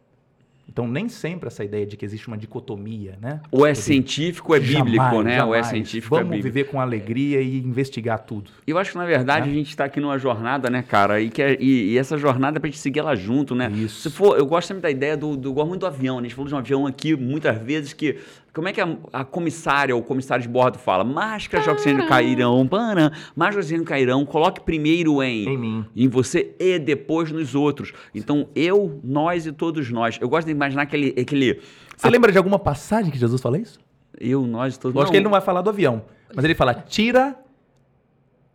[SPEAKER 3] Então nem sempre essa ideia de que existe uma dicotomia, né?
[SPEAKER 1] Ou é científico ou é bíblico,
[SPEAKER 3] Jamais,
[SPEAKER 1] né? Ou é
[SPEAKER 3] jamais.
[SPEAKER 1] científico ou é
[SPEAKER 3] Vamos
[SPEAKER 1] bíblico.
[SPEAKER 3] viver com alegria e investigar tudo.
[SPEAKER 1] Eu acho que, na verdade,
[SPEAKER 3] Né?
[SPEAKER 1] a gente está aqui numa jornada, né, cara? E, que é- e- e essa jornada é pra gente seguir ela junto, né?
[SPEAKER 3] Isso.
[SPEAKER 1] Se for, eu gosto sempre da ideia do, do igual muito do avião, né? A gente falou de um avião aqui muitas vezes que. Como é que a, a comissária ou o comissário de bordo fala? Máscaras de oxigênio cairão, pana, máscaras de oxigênio cairão, coloque primeiro
[SPEAKER 3] Em mim.
[SPEAKER 1] em você e depois nos outros. Então, eu, nós e todos nós. Eu gosto de imaginar aquele. aquele
[SPEAKER 3] Você lembra de alguma passagem que Jesus fala isso?
[SPEAKER 1] eu, nós e todos
[SPEAKER 3] Eu acho que ele não vai falar do avião, mas ele fala: tira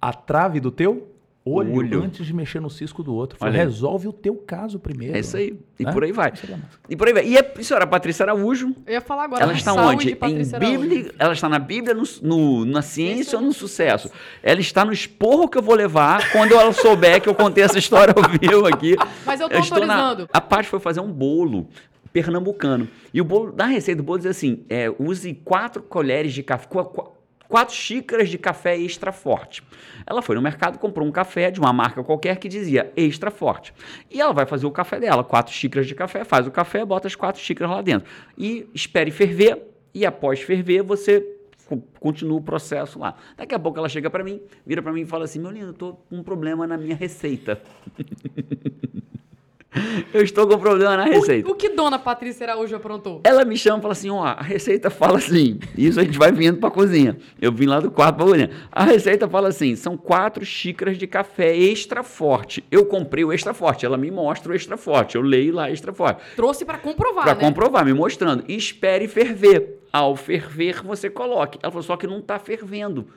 [SPEAKER 3] a trave do teu olho,
[SPEAKER 1] Olho.
[SPEAKER 3] antes de mexer no cisco do outro. Fala,
[SPEAKER 1] Olha aí.
[SPEAKER 3] Resolve o teu caso primeiro.
[SPEAKER 1] É isso aí. E
[SPEAKER 3] Né?
[SPEAKER 1] por aí vai.
[SPEAKER 3] Isso é massa.
[SPEAKER 1] E por aí vai. E a senhora Patrícia Araújo.
[SPEAKER 2] Eu ia falar agora.
[SPEAKER 1] Ela
[SPEAKER 2] mas
[SPEAKER 1] está
[SPEAKER 2] saúde,
[SPEAKER 1] onde? Em
[SPEAKER 2] Patrícia Araújo.
[SPEAKER 1] Bíblia, ela está na Bíblia, no, no- na ciência
[SPEAKER 2] Ciência
[SPEAKER 1] ou no sucesso? Ela está no esporro que eu vou levar quando ela souber que eu contei essa história ao vivo aqui.
[SPEAKER 2] Mas eu tô
[SPEAKER 1] estou na-
[SPEAKER 2] autorizando.
[SPEAKER 1] A parte foi fazer um bolo pernambucano. E o bolo, da receita do bolo diz assim, é, use quatro colheres de café, qua- qua- quatro xícaras de café extra forte. Ela foi no mercado, comprou um café de uma marca qualquer que dizia extra forte. E ela vai fazer o café dela, quatro xícaras de café, faz o café, bota as quatro xícaras lá dentro. E espere ferver, e após ferver, você co- continua o processo lá. Daqui a pouco ela chega pra mim, vira pra mim e fala assim, meu lindo, eu tô com um problema na minha receita. (laughs) Eu estou com um problema na receita.
[SPEAKER 2] O, o que dona Patrícia Araújo aprontou?
[SPEAKER 1] Ela me chama e fala assim: ó, a receita fala assim. Isso a gente vai vindo pra cozinha. Eu vim lá do quarto pra cozinha. A receita fala assim: são quatro xícaras de café extra forte. Eu comprei o extra forte. Ela me mostra o extra forte. Eu leio lá extra forte.
[SPEAKER 2] Trouxe pra comprovar,
[SPEAKER 1] Pra
[SPEAKER 2] né?
[SPEAKER 1] comprovar, me mostrando. E espere ferver. Ao ferver, você coloque. Ela falou, só que não tá fervendo.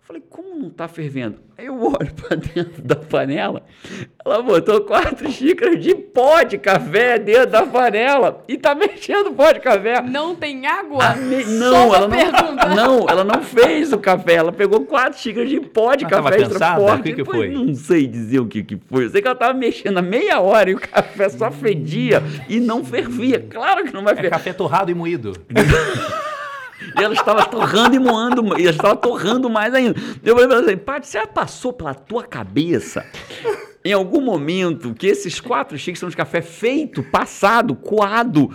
[SPEAKER 1] Eu falei, como não tá fervendo? Aí eu olho pra dentro da panela, ela botou quatro xícaras de pó de café dentro da panela e tá mexendo pó de café.
[SPEAKER 2] Não tem
[SPEAKER 1] Ah,
[SPEAKER 2] água?
[SPEAKER 1] me-
[SPEAKER 2] Só
[SPEAKER 1] não,
[SPEAKER 2] uma
[SPEAKER 1] ela
[SPEAKER 2] pergunta.
[SPEAKER 1] não, (laughs) não, ela não fez o café. Ela pegou quatro xícaras de pó de
[SPEAKER 3] Mas tava
[SPEAKER 1] café extra
[SPEAKER 3] cansada?
[SPEAKER 1] forte.
[SPEAKER 3] O que que
[SPEAKER 1] Pô,
[SPEAKER 3] foi?
[SPEAKER 1] Não sei dizer o que, que foi. Eu sei que ela tava mexendo há meia hora e o café só fedia e não fervia. Claro que não vai
[SPEAKER 3] É
[SPEAKER 1] ferver.
[SPEAKER 3] café torrado e moído.
[SPEAKER 1] E ela estava torrando e moando, e ela estava torrando mais ainda. Eu falei pra ela assim, Paty, você já passou pela tua cabeça em algum momento que esses quatro xícaras são de café feito, passado, coado?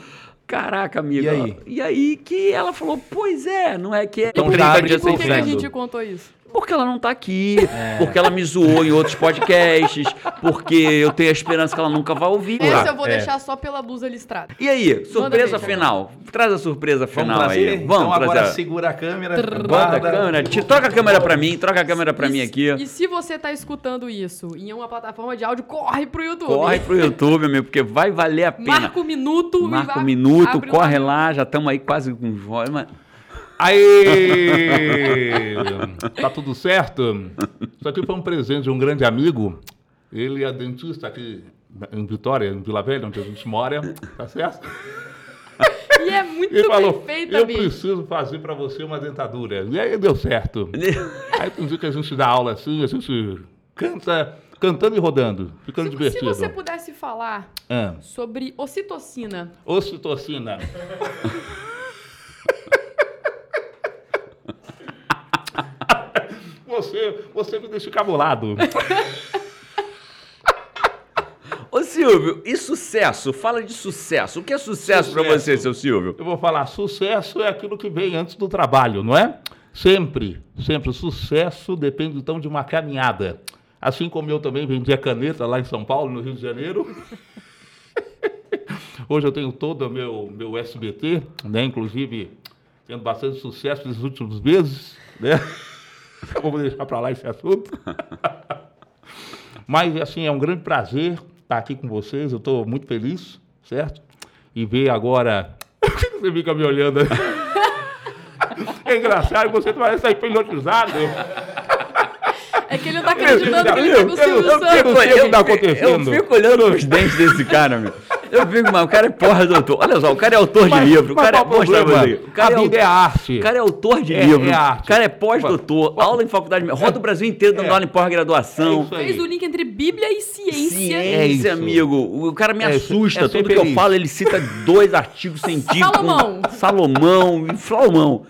[SPEAKER 1] Caraca, amiga.
[SPEAKER 3] E aí?
[SPEAKER 1] E aí que ela falou, pois é, não é que é.
[SPEAKER 3] Então
[SPEAKER 1] Eu
[SPEAKER 3] já
[SPEAKER 1] trinta
[SPEAKER 3] abre
[SPEAKER 1] dias
[SPEAKER 2] Por
[SPEAKER 1] sem
[SPEAKER 2] que, que a
[SPEAKER 1] sexo.
[SPEAKER 2] gente contou isso?
[SPEAKER 1] Porque ela não tá aqui,
[SPEAKER 3] É.
[SPEAKER 1] porque ela me zoou em outros podcasts, porque eu tenho a esperança que ela nunca vai ouvir.
[SPEAKER 2] Essa eu vou
[SPEAKER 3] é.
[SPEAKER 2] deixar só pela blusa listrada.
[SPEAKER 1] E aí, surpresa
[SPEAKER 2] beijo.
[SPEAKER 1] final. Traz a surpresa final aí.
[SPEAKER 3] Vamos então agora
[SPEAKER 1] trazer.
[SPEAKER 3] segura a câmera.
[SPEAKER 1] Bota a câmera, te- troca a câmera pra mim, troca a câmera pra
[SPEAKER 2] E
[SPEAKER 1] mim
[SPEAKER 2] se-
[SPEAKER 1] aqui.
[SPEAKER 2] E se você tá escutando isso em uma plataforma de áudio, corre pro YouTube.
[SPEAKER 1] Corre pro YouTube, meu, porque vai valer a pena.
[SPEAKER 2] Marca o minuto. e
[SPEAKER 1] Marca o
[SPEAKER 2] vai-
[SPEAKER 1] minuto,
[SPEAKER 2] abre o-
[SPEAKER 1] corre lá, já estamos aí quase com joia. mas-
[SPEAKER 3] Aê! tá tudo certo? Isso aqui foi um presente de um grande amigo. Ele é dentista aqui em Vitória, em Vila Velha, onde a gente mora, tá certo?
[SPEAKER 2] E é muito
[SPEAKER 3] Ele falou,
[SPEAKER 2] perfeita,
[SPEAKER 3] eu
[SPEAKER 2] bicho.
[SPEAKER 3] preciso fazer para você uma dentadura. E aí deu
[SPEAKER 2] (laughs)
[SPEAKER 3] certo. aí tem dia que a gente dá aula assim, a gente canta, cantando e rodando, ficando
[SPEAKER 2] Se- se
[SPEAKER 3] divertido.
[SPEAKER 2] você pudesse falar
[SPEAKER 3] Ah,
[SPEAKER 2] sobre ocitocina,
[SPEAKER 3] ocitocina. você, você me deixa cabulado.
[SPEAKER 1] Ô Silvio, e sucesso? Fala de sucesso. O que é sucesso, pra
[SPEAKER 3] Sucesso.
[SPEAKER 1] você, seu Silvio?
[SPEAKER 3] Eu vou falar, sucesso é aquilo que vem antes do trabalho, não é? Sempre, sempre. Sucesso depende então de uma caminhada. Assim como eu também vendia caneta lá em São Paulo, no Rio de Janeiro. (laughs) Hoje eu tenho todo o meu, meu SBT, né? Inclusive, tendo bastante sucesso nos últimos meses, né? (laughs) Vamos deixar para lá esse assunto. Mas, assim, é um grande prazer estar aqui com vocês. Eu estou muito feliz, certo? E ver agora. (laughs) Por que você fica me olhando? (laughs) É engraçado, você parece estar hipnotizado.
[SPEAKER 2] é que ele não tá acreditando que ele tá com o
[SPEAKER 3] Eu- eu-
[SPEAKER 2] Silvio
[SPEAKER 3] eu-
[SPEAKER 2] Santos.
[SPEAKER 3] eu- sei o que tá acontecendo.
[SPEAKER 1] eu fico olhando
[SPEAKER 3] (laughs)
[SPEAKER 1] os dentes desse cara, meu. Eu fico, mas o cara é porra de autor. Olha só, o cara é autor de livro. O cara, é-
[SPEAKER 3] qual o
[SPEAKER 1] mostra pra
[SPEAKER 3] problema?
[SPEAKER 1] você. O cara é
[SPEAKER 3] a vida é,
[SPEAKER 1] autor-
[SPEAKER 3] arte.
[SPEAKER 1] o cara é autor de
[SPEAKER 3] É-
[SPEAKER 1] livro.
[SPEAKER 3] é
[SPEAKER 1] o
[SPEAKER 3] arte.
[SPEAKER 1] cara é pós-doutor,
[SPEAKER 3] Ué, ué.
[SPEAKER 1] aula em faculdade. Roda o Brasil inteiro dando
[SPEAKER 3] É.
[SPEAKER 1] aula em
[SPEAKER 3] É
[SPEAKER 1] pós-graduação.
[SPEAKER 3] isso aí.
[SPEAKER 2] Fez o link entre Bíblia e ciência.
[SPEAKER 3] É isso.
[SPEAKER 1] Ciência, amigo. O cara me
[SPEAKER 3] É,
[SPEAKER 1] assusta.
[SPEAKER 3] é
[SPEAKER 1] Tudo
[SPEAKER 3] sempre
[SPEAKER 1] que eu
[SPEAKER 3] isso.
[SPEAKER 1] falo, ele cita dois
[SPEAKER 2] (laughs)
[SPEAKER 1] artigos científicos.
[SPEAKER 2] Salomão.
[SPEAKER 1] Salomão e Flaumão.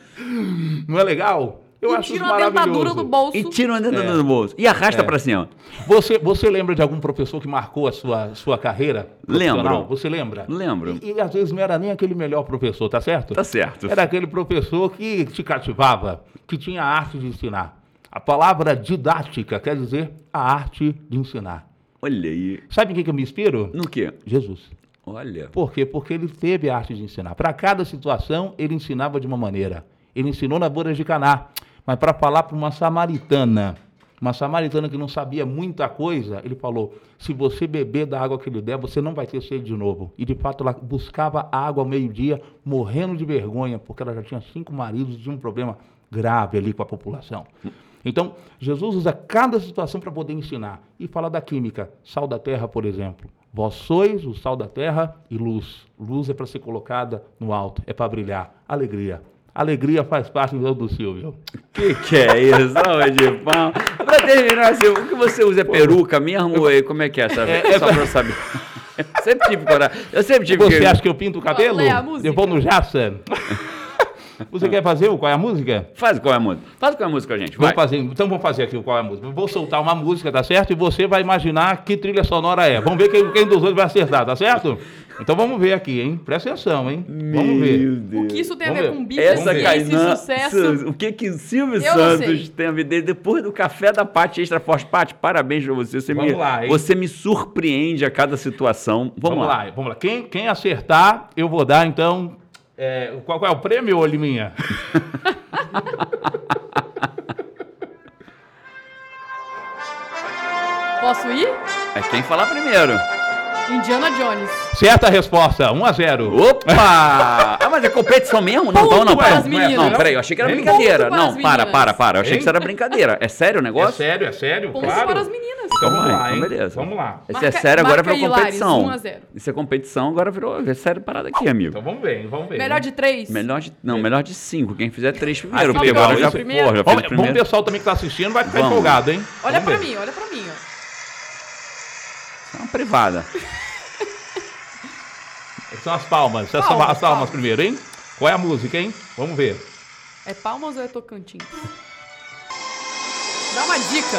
[SPEAKER 3] Não é legal? Eu
[SPEAKER 2] e
[SPEAKER 3] acho isso
[SPEAKER 2] tira uma dentadura
[SPEAKER 3] maravilhoso.
[SPEAKER 2] do bolso.
[SPEAKER 1] E tira uma
[SPEAKER 3] É.
[SPEAKER 1] dentadura do bolso. E arrasta pra cima.
[SPEAKER 3] Você, você lembra de algum professor que marcou a sua, sua carreira?
[SPEAKER 1] Lembro.
[SPEAKER 3] profissional? Você lembra?
[SPEAKER 1] Lembro.
[SPEAKER 3] E, e às vezes não era nem aquele melhor professor, tá certo?
[SPEAKER 1] Tá certo.
[SPEAKER 3] Era aquele professor que te cativava, que tinha a arte de ensinar. A palavra didática quer dizer a arte de ensinar.
[SPEAKER 1] Olha aí.
[SPEAKER 3] Sabe em que, que eu me inspiro?
[SPEAKER 1] No quê?
[SPEAKER 3] Jesus.
[SPEAKER 1] Olha.
[SPEAKER 3] Por quê? Porque ele teve a arte de ensinar. Para cada situação, ele ensinava de uma maneira. Ele ensinou na Bodas de Caná, mas para falar para uma samaritana, uma samaritana que não sabia muita coisa, ele falou: se você beber da água que lhe der, você não vai ter sede de novo. E de fato, ela buscava água ao meio-dia, morrendo de vergonha, porque ela já tinha cinco maridos e tinha um problema grave ali com a população. Então, Jesus usa cada situação para poder ensinar. E fala da química, sal da terra, por exemplo. Vós sois o sal da terra e luz. Luz é para ser colocada no alto, é para brilhar. Alegria. Alegria faz parte do do Silvio.
[SPEAKER 1] Que que é isso? Salva de pão. Pra terminar, assim, o que você usa é peruca mesmo? Ou é- como é que é essa?
[SPEAKER 3] É- é-
[SPEAKER 1] Só pra eu saber. (laughs) Eu sempre tive coragem. Eu sempre tive
[SPEAKER 3] Você
[SPEAKER 1] que-
[SPEAKER 3] acha que eu pinto o cabelo?
[SPEAKER 2] Qual é a música?
[SPEAKER 3] Eu vou
[SPEAKER 1] (laughs)
[SPEAKER 3] no Jassa. Você quer fazer o qual é a música?
[SPEAKER 1] Faz qual é a música? Faz qual é a música, gente? Vai.
[SPEAKER 3] Vamos fazer, então vamos fazer aqui o qual é a música. Eu Vou soltar uma música, tá certo? E você vai imaginar que trilha sonora é. Vamos ver quem, quem dos dois vai acertar, tá certo? Então vamos ver aqui, hein? Presta atenção, hein? Vamos ver.
[SPEAKER 1] Meu
[SPEAKER 2] O
[SPEAKER 1] Deus.
[SPEAKER 2] que isso tem
[SPEAKER 3] Vamos
[SPEAKER 2] a ver
[SPEAKER 3] ver.
[SPEAKER 2] com Bíblia,
[SPEAKER 1] Essa é
[SPEAKER 2] ciência
[SPEAKER 1] Cainã,
[SPEAKER 2] e sucesso?
[SPEAKER 1] Su- o que que o Silvio
[SPEAKER 2] Eu não
[SPEAKER 1] Santos
[SPEAKER 2] sei.
[SPEAKER 1] tem a ver dele? depois do café da Pati Extra Forte? Pati, parabéns pra você. Você, me,
[SPEAKER 3] Vamos lá, hein?
[SPEAKER 1] você me surpreende a cada situação. Vamos, lá.
[SPEAKER 3] vamos lá. Quem, quem acertar, eu vou dar, então. é, qual, qual é o prêmio, Oliminha?
[SPEAKER 2] Posso ir?
[SPEAKER 1] É quem falar primeiro.
[SPEAKER 2] Indiana Jones.
[SPEAKER 3] Certa resposta, 1 a É 0 (laughs)
[SPEAKER 1] Opa! ah, mas é competição mesmo? Não,
[SPEAKER 2] Ponto
[SPEAKER 1] não, não.
[SPEAKER 2] para
[SPEAKER 1] Para.
[SPEAKER 2] as meninas.
[SPEAKER 1] Não, peraí, eu achei que era
[SPEAKER 3] Hein?
[SPEAKER 1] brincadeira.
[SPEAKER 2] Ponto para as
[SPEAKER 1] não, para,
[SPEAKER 2] meninas.
[SPEAKER 1] para, para. Eu achei que isso
[SPEAKER 3] Hein?
[SPEAKER 1] era brincadeira. É sério o
[SPEAKER 3] É
[SPEAKER 1] negócio?
[SPEAKER 3] sério, é sério,
[SPEAKER 2] Ponto
[SPEAKER 3] claro.
[SPEAKER 2] para as meninas.
[SPEAKER 3] Então vamos
[SPEAKER 1] Vai,
[SPEAKER 3] lá, hein?
[SPEAKER 1] então beleza.
[SPEAKER 3] Vamos lá.
[SPEAKER 1] Esse é
[SPEAKER 2] Marca-
[SPEAKER 1] sério, agora
[SPEAKER 2] marca
[SPEAKER 1] virou
[SPEAKER 2] aí, Lares,
[SPEAKER 1] competição.
[SPEAKER 2] 1 a 0.
[SPEAKER 1] Isso é competição, agora virou. É sério parada aqui, amigo.
[SPEAKER 3] Então vamos ver, hein? Vamos ver.
[SPEAKER 2] Melhor
[SPEAKER 3] hein?
[SPEAKER 2] de três.
[SPEAKER 1] Melhor de, não, melhor de cinco. Quem fizer três
[SPEAKER 2] Ah,
[SPEAKER 1] primeiro,
[SPEAKER 3] só
[SPEAKER 1] porque
[SPEAKER 3] melhor
[SPEAKER 1] Ah, agora
[SPEAKER 3] de
[SPEAKER 1] já, pô,
[SPEAKER 2] primeiro.
[SPEAKER 1] já fez
[SPEAKER 3] Então- Vamos,
[SPEAKER 1] o
[SPEAKER 3] bom
[SPEAKER 1] primeiro.
[SPEAKER 3] pessoal também que tá assistindo vai ficar
[SPEAKER 1] Vamos.
[SPEAKER 3] empolgado, hein?
[SPEAKER 2] Olha
[SPEAKER 3] Vamos
[SPEAKER 2] pra
[SPEAKER 3] ver.
[SPEAKER 2] mim, olha pra mim. ó.
[SPEAKER 1] É uma privada.
[SPEAKER 3] São as palmas. Essas são
[SPEAKER 2] Palmas,
[SPEAKER 3] as palmas
[SPEAKER 2] palmas.
[SPEAKER 3] primeiro, hein? Qual é a música, hein? Vamos ver.
[SPEAKER 2] É Palmas ou é Tocantins? Dá uma dica.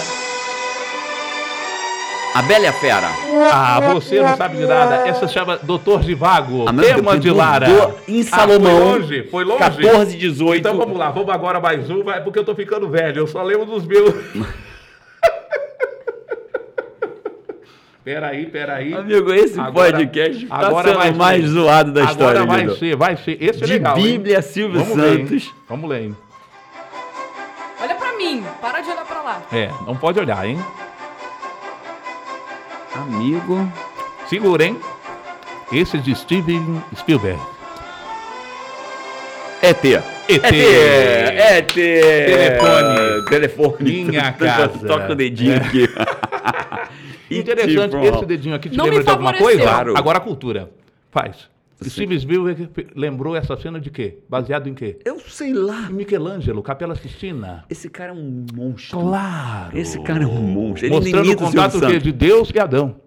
[SPEAKER 1] A Bela e a Fera.
[SPEAKER 3] Ah, você não sabe de nada. Essa se chama Doutor de Vago,
[SPEAKER 1] A mesma
[SPEAKER 3] tema
[SPEAKER 1] que
[SPEAKER 3] de
[SPEAKER 1] mudou
[SPEAKER 3] Lara.
[SPEAKER 1] em
[SPEAKER 3] Ah,
[SPEAKER 1] Salomão,
[SPEAKER 3] foi longe, foi longe.
[SPEAKER 1] 14, 18.
[SPEAKER 3] Então vamos lá, vamos agora mais um, vai, porque eu tô ficando velho, eu só lembro dos meus. (laughs) peraí, peraí.
[SPEAKER 1] Amigo, esse
[SPEAKER 3] Agora-
[SPEAKER 1] podcast tá
[SPEAKER 3] agora vai
[SPEAKER 1] sendo
[SPEAKER 3] ser.
[SPEAKER 1] mais zoado da história.
[SPEAKER 3] Agora vai
[SPEAKER 1] Guido.
[SPEAKER 3] ser, vai ser. Esse é
[SPEAKER 1] De
[SPEAKER 3] legal. hein?
[SPEAKER 1] Bíblia, Silvio
[SPEAKER 3] Vamos ver, hein?
[SPEAKER 1] Santos.
[SPEAKER 3] vamos ler, hein?
[SPEAKER 2] Olha pra mim. Para de olhar pra lá.
[SPEAKER 3] É, não pode olhar, hein?
[SPEAKER 1] Amigo.
[SPEAKER 3] Segura, hein? Esse é de Steven Spielberg.
[SPEAKER 1] ET.
[SPEAKER 3] ET.
[SPEAKER 1] ET.
[SPEAKER 3] Telefone.
[SPEAKER 1] Telefone. (laughs)
[SPEAKER 3] Minha
[SPEAKER 1] Toca-
[SPEAKER 3] casa. É.
[SPEAKER 1] Toca o dedinho aqui. E
[SPEAKER 3] (laughs) Interessante,
[SPEAKER 1] tipo,
[SPEAKER 3] esse dedinho aqui te
[SPEAKER 2] Não me
[SPEAKER 3] lembra de alguma coisa?
[SPEAKER 2] favoreceu.
[SPEAKER 1] Claro.
[SPEAKER 3] Agora a cultura. Faz.
[SPEAKER 1] Sim.
[SPEAKER 3] Steve Spielberg lembrou essa cena de quê? Baseado em quê?
[SPEAKER 1] Eu sei lá.
[SPEAKER 3] Michelangelo, Capela Sistina.
[SPEAKER 1] Esse cara é um monstro.
[SPEAKER 3] Claro.
[SPEAKER 1] Esse cara é um monstro. Ele imita
[SPEAKER 3] Mostrando o
[SPEAKER 1] o Silvio
[SPEAKER 3] contato de
[SPEAKER 1] Santos.
[SPEAKER 3] de Deus e Adão.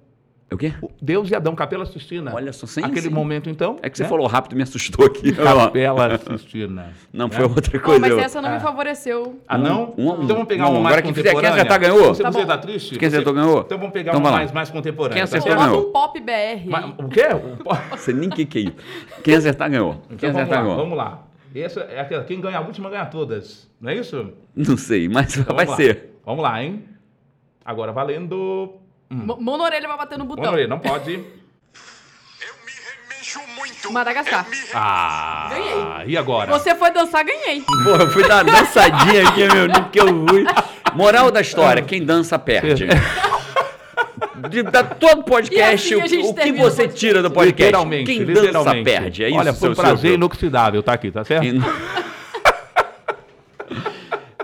[SPEAKER 1] É O quê?
[SPEAKER 3] O- Deus e Adão, Capela Sistina.
[SPEAKER 1] Olha só, sem
[SPEAKER 3] Aquele
[SPEAKER 1] sem-
[SPEAKER 3] momento, então.
[SPEAKER 1] É que você
[SPEAKER 3] né?
[SPEAKER 1] falou rápido e me assustou aqui.
[SPEAKER 3] Capela
[SPEAKER 1] (laughs)
[SPEAKER 3] Sistina.
[SPEAKER 1] Não, foi outra
[SPEAKER 2] Não,
[SPEAKER 1] coisa.
[SPEAKER 2] mas essa não
[SPEAKER 3] Ah.
[SPEAKER 2] me favoreceu.
[SPEAKER 3] Ah, não?
[SPEAKER 1] Um a um.
[SPEAKER 3] Então vamos pegar
[SPEAKER 1] Um a um.
[SPEAKER 3] um mais
[SPEAKER 1] Agora quem fizer-
[SPEAKER 3] contemporâneo.
[SPEAKER 1] quem acertar ganhou.
[SPEAKER 3] Você,
[SPEAKER 2] Tá
[SPEAKER 3] você
[SPEAKER 2] bom.
[SPEAKER 3] tá triste?
[SPEAKER 1] Quem
[SPEAKER 3] Você-
[SPEAKER 1] acertou ganhou?
[SPEAKER 3] Então vamos pegar
[SPEAKER 1] Então
[SPEAKER 3] um
[SPEAKER 1] vai lá.
[SPEAKER 3] mais, mais contemporâneo.
[SPEAKER 1] Quem
[SPEAKER 3] tá
[SPEAKER 1] acertou
[SPEAKER 2] Pô,
[SPEAKER 1] Não,
[SPEAKER 3] certo?
[SPEAKER 2] bota
[SPEAKER 1] não.
[SPEAKER 2] um pop BR. aí.
[SPEAKER 3] Mas- o quê? O po-
[SPEAKER 1] Não sei nem o que, que é isso. Quem acertar ganhou. quem
[SPEAKER 3] Então vamos
[SPEAKER 1] acertar
[SPEAKER 3] lá,
[SPEAKER 1] ganhou.
[SPEAKER 3] vamos lá. Essa é aquela, quem ganha a última ganha todas, não é isso? Então
[SPEAKER 1] Não sei, mas vai
[SPEAKER 3] vamos lá.
[SPEAKER 1] ser.
[SPEAKER 3] Vamos lá, hein? Agora valendo.
[SPEAKER 2] Mo- Mão na orelha vai bater no botão.
[SPEAKER 3] Honoré, não pode.
[SPEAKER 4] Eu me remexo muito.
[SPEAKER 2] Madagascar.
[SPEAKER 4] Eu me remexo
[SPEAKER 3] Ah,
[SPEAKER 2] Ganhei.
[SPEAKER 3] e agora?
[SPEAKER 2] Você foi dançar, ganhei.
[SPEAKER 1] Pô, eu fui dar uma dançadinha aqui, meu, nem que eu fui. Moral da história, quem dança perde. De, da, todo podcast,
[SPEAKER 2] E é assim a gente
[SPEAKER 1] o, o que
[SPEAKER 2] termina o
[SPEAKER 1] você
[SPEAKER 2] podcast.
[SPEAKER 1] tira do podcast?
[SPEAKER 3] Literalmente,
[SPEAKER 1] quem
[SPEAKER 3] literalmente.
[SPEAKER 1] dança perde. É isso,
[SPEAKER 3] Olha, foi um
[SPEAKER 1] seu
[SPEAKER 3] prazer
[SPEAKER 1] Silvio?
[SPEAKER 3] inoxidável, tá aqui, tá certo?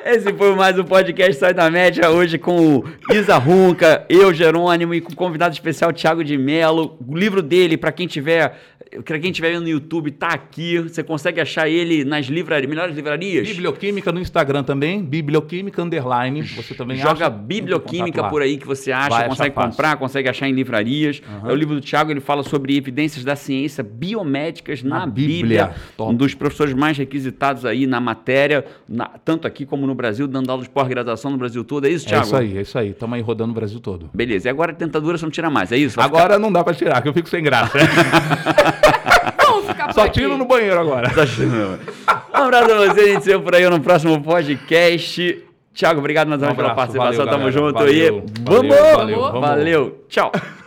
[SPEAKER 1] Esse foi mais um podcast Sai da Média, hoje com o Isa Runca, eu, Jerônimo, e com o convidado especial, Thiago de Mello. O livro dele, pra quem tiver, para quem tiver no YouTube, tá aqui. Você consegue achar ele nas livrarias, melhores livrarias?
[SPEAKER 3] Biblioquímica no Instagram também, Biblioquímica Underline. Você também
[SPEAKER 1] Joga
[SPEAKER 3] acha? Entra em contato
[SPEAKER 1] biblioquímica
[SPEAKER 3] lá.
[SPEAKER 1] por aí que você acha,
[SPEAKER 3] Vai achar
[SPEAKER 1] consegue
[SPEAKER 3] fácil.
[SPEAKER 1] comprar, consegue achar em livrarias. É o livro do Tiago, ele fala sobre evidências da ciência biomédicas na,
[SPEAKER 3] Na
[SPEAKER 1] Bíblia.
[SPEAKER 3] Bíblia. Top.
[SPEAKER 1] Um dos professores mais requisitados aí na matéria, na- tanto aqui como no Brasil, dando aula de pós-graduação no Brasil todo. É isso,
[SPEAKER 3] É
[SPEAKER 1] Tiago?
[SPEAKER 3] isso aí, é isso aí. Estamos aí rodando o Brasil todo.
[SPEAKER 1] Beleza, e agora tentadura você não tira mais, é isso? Vai
[SPEAKER 3] Agora não dá pra tirar, que eu fico
[SPEAKER 1] (laughs)
[SPEAKER 3] sem graça.
[SPEAKER 2] Vamos ficar por
[SPEAKER 3] Só
[SPEAKER 2] aqui.
[SPEAKER 3] tiro no banheiro agora.
[SPEAKER 1] ficar- Um abraço pra você, a gente se vê por aí no próximo podcast. Tiago, obrigado mais uma
[SPEAKER 3] Um
[SPEAKER 1] vez pela
[SPEAKER 3] abraço,
[SPEAKER 1] participação,
[SPEAKER 3] valeu,
[SPEAKER 1] tamo
[SPEAKER 3] galera.
[SPEAKER 1] junto
[SPEAKER 3] Valeu,
[SPEAKER 1] aí.
[SPEAKER 3] valeu, valeu,
[SPEAKER 1] valeu,
[SPEAKER 3] vamos.
[SPEAKER 1] valeu. tchau.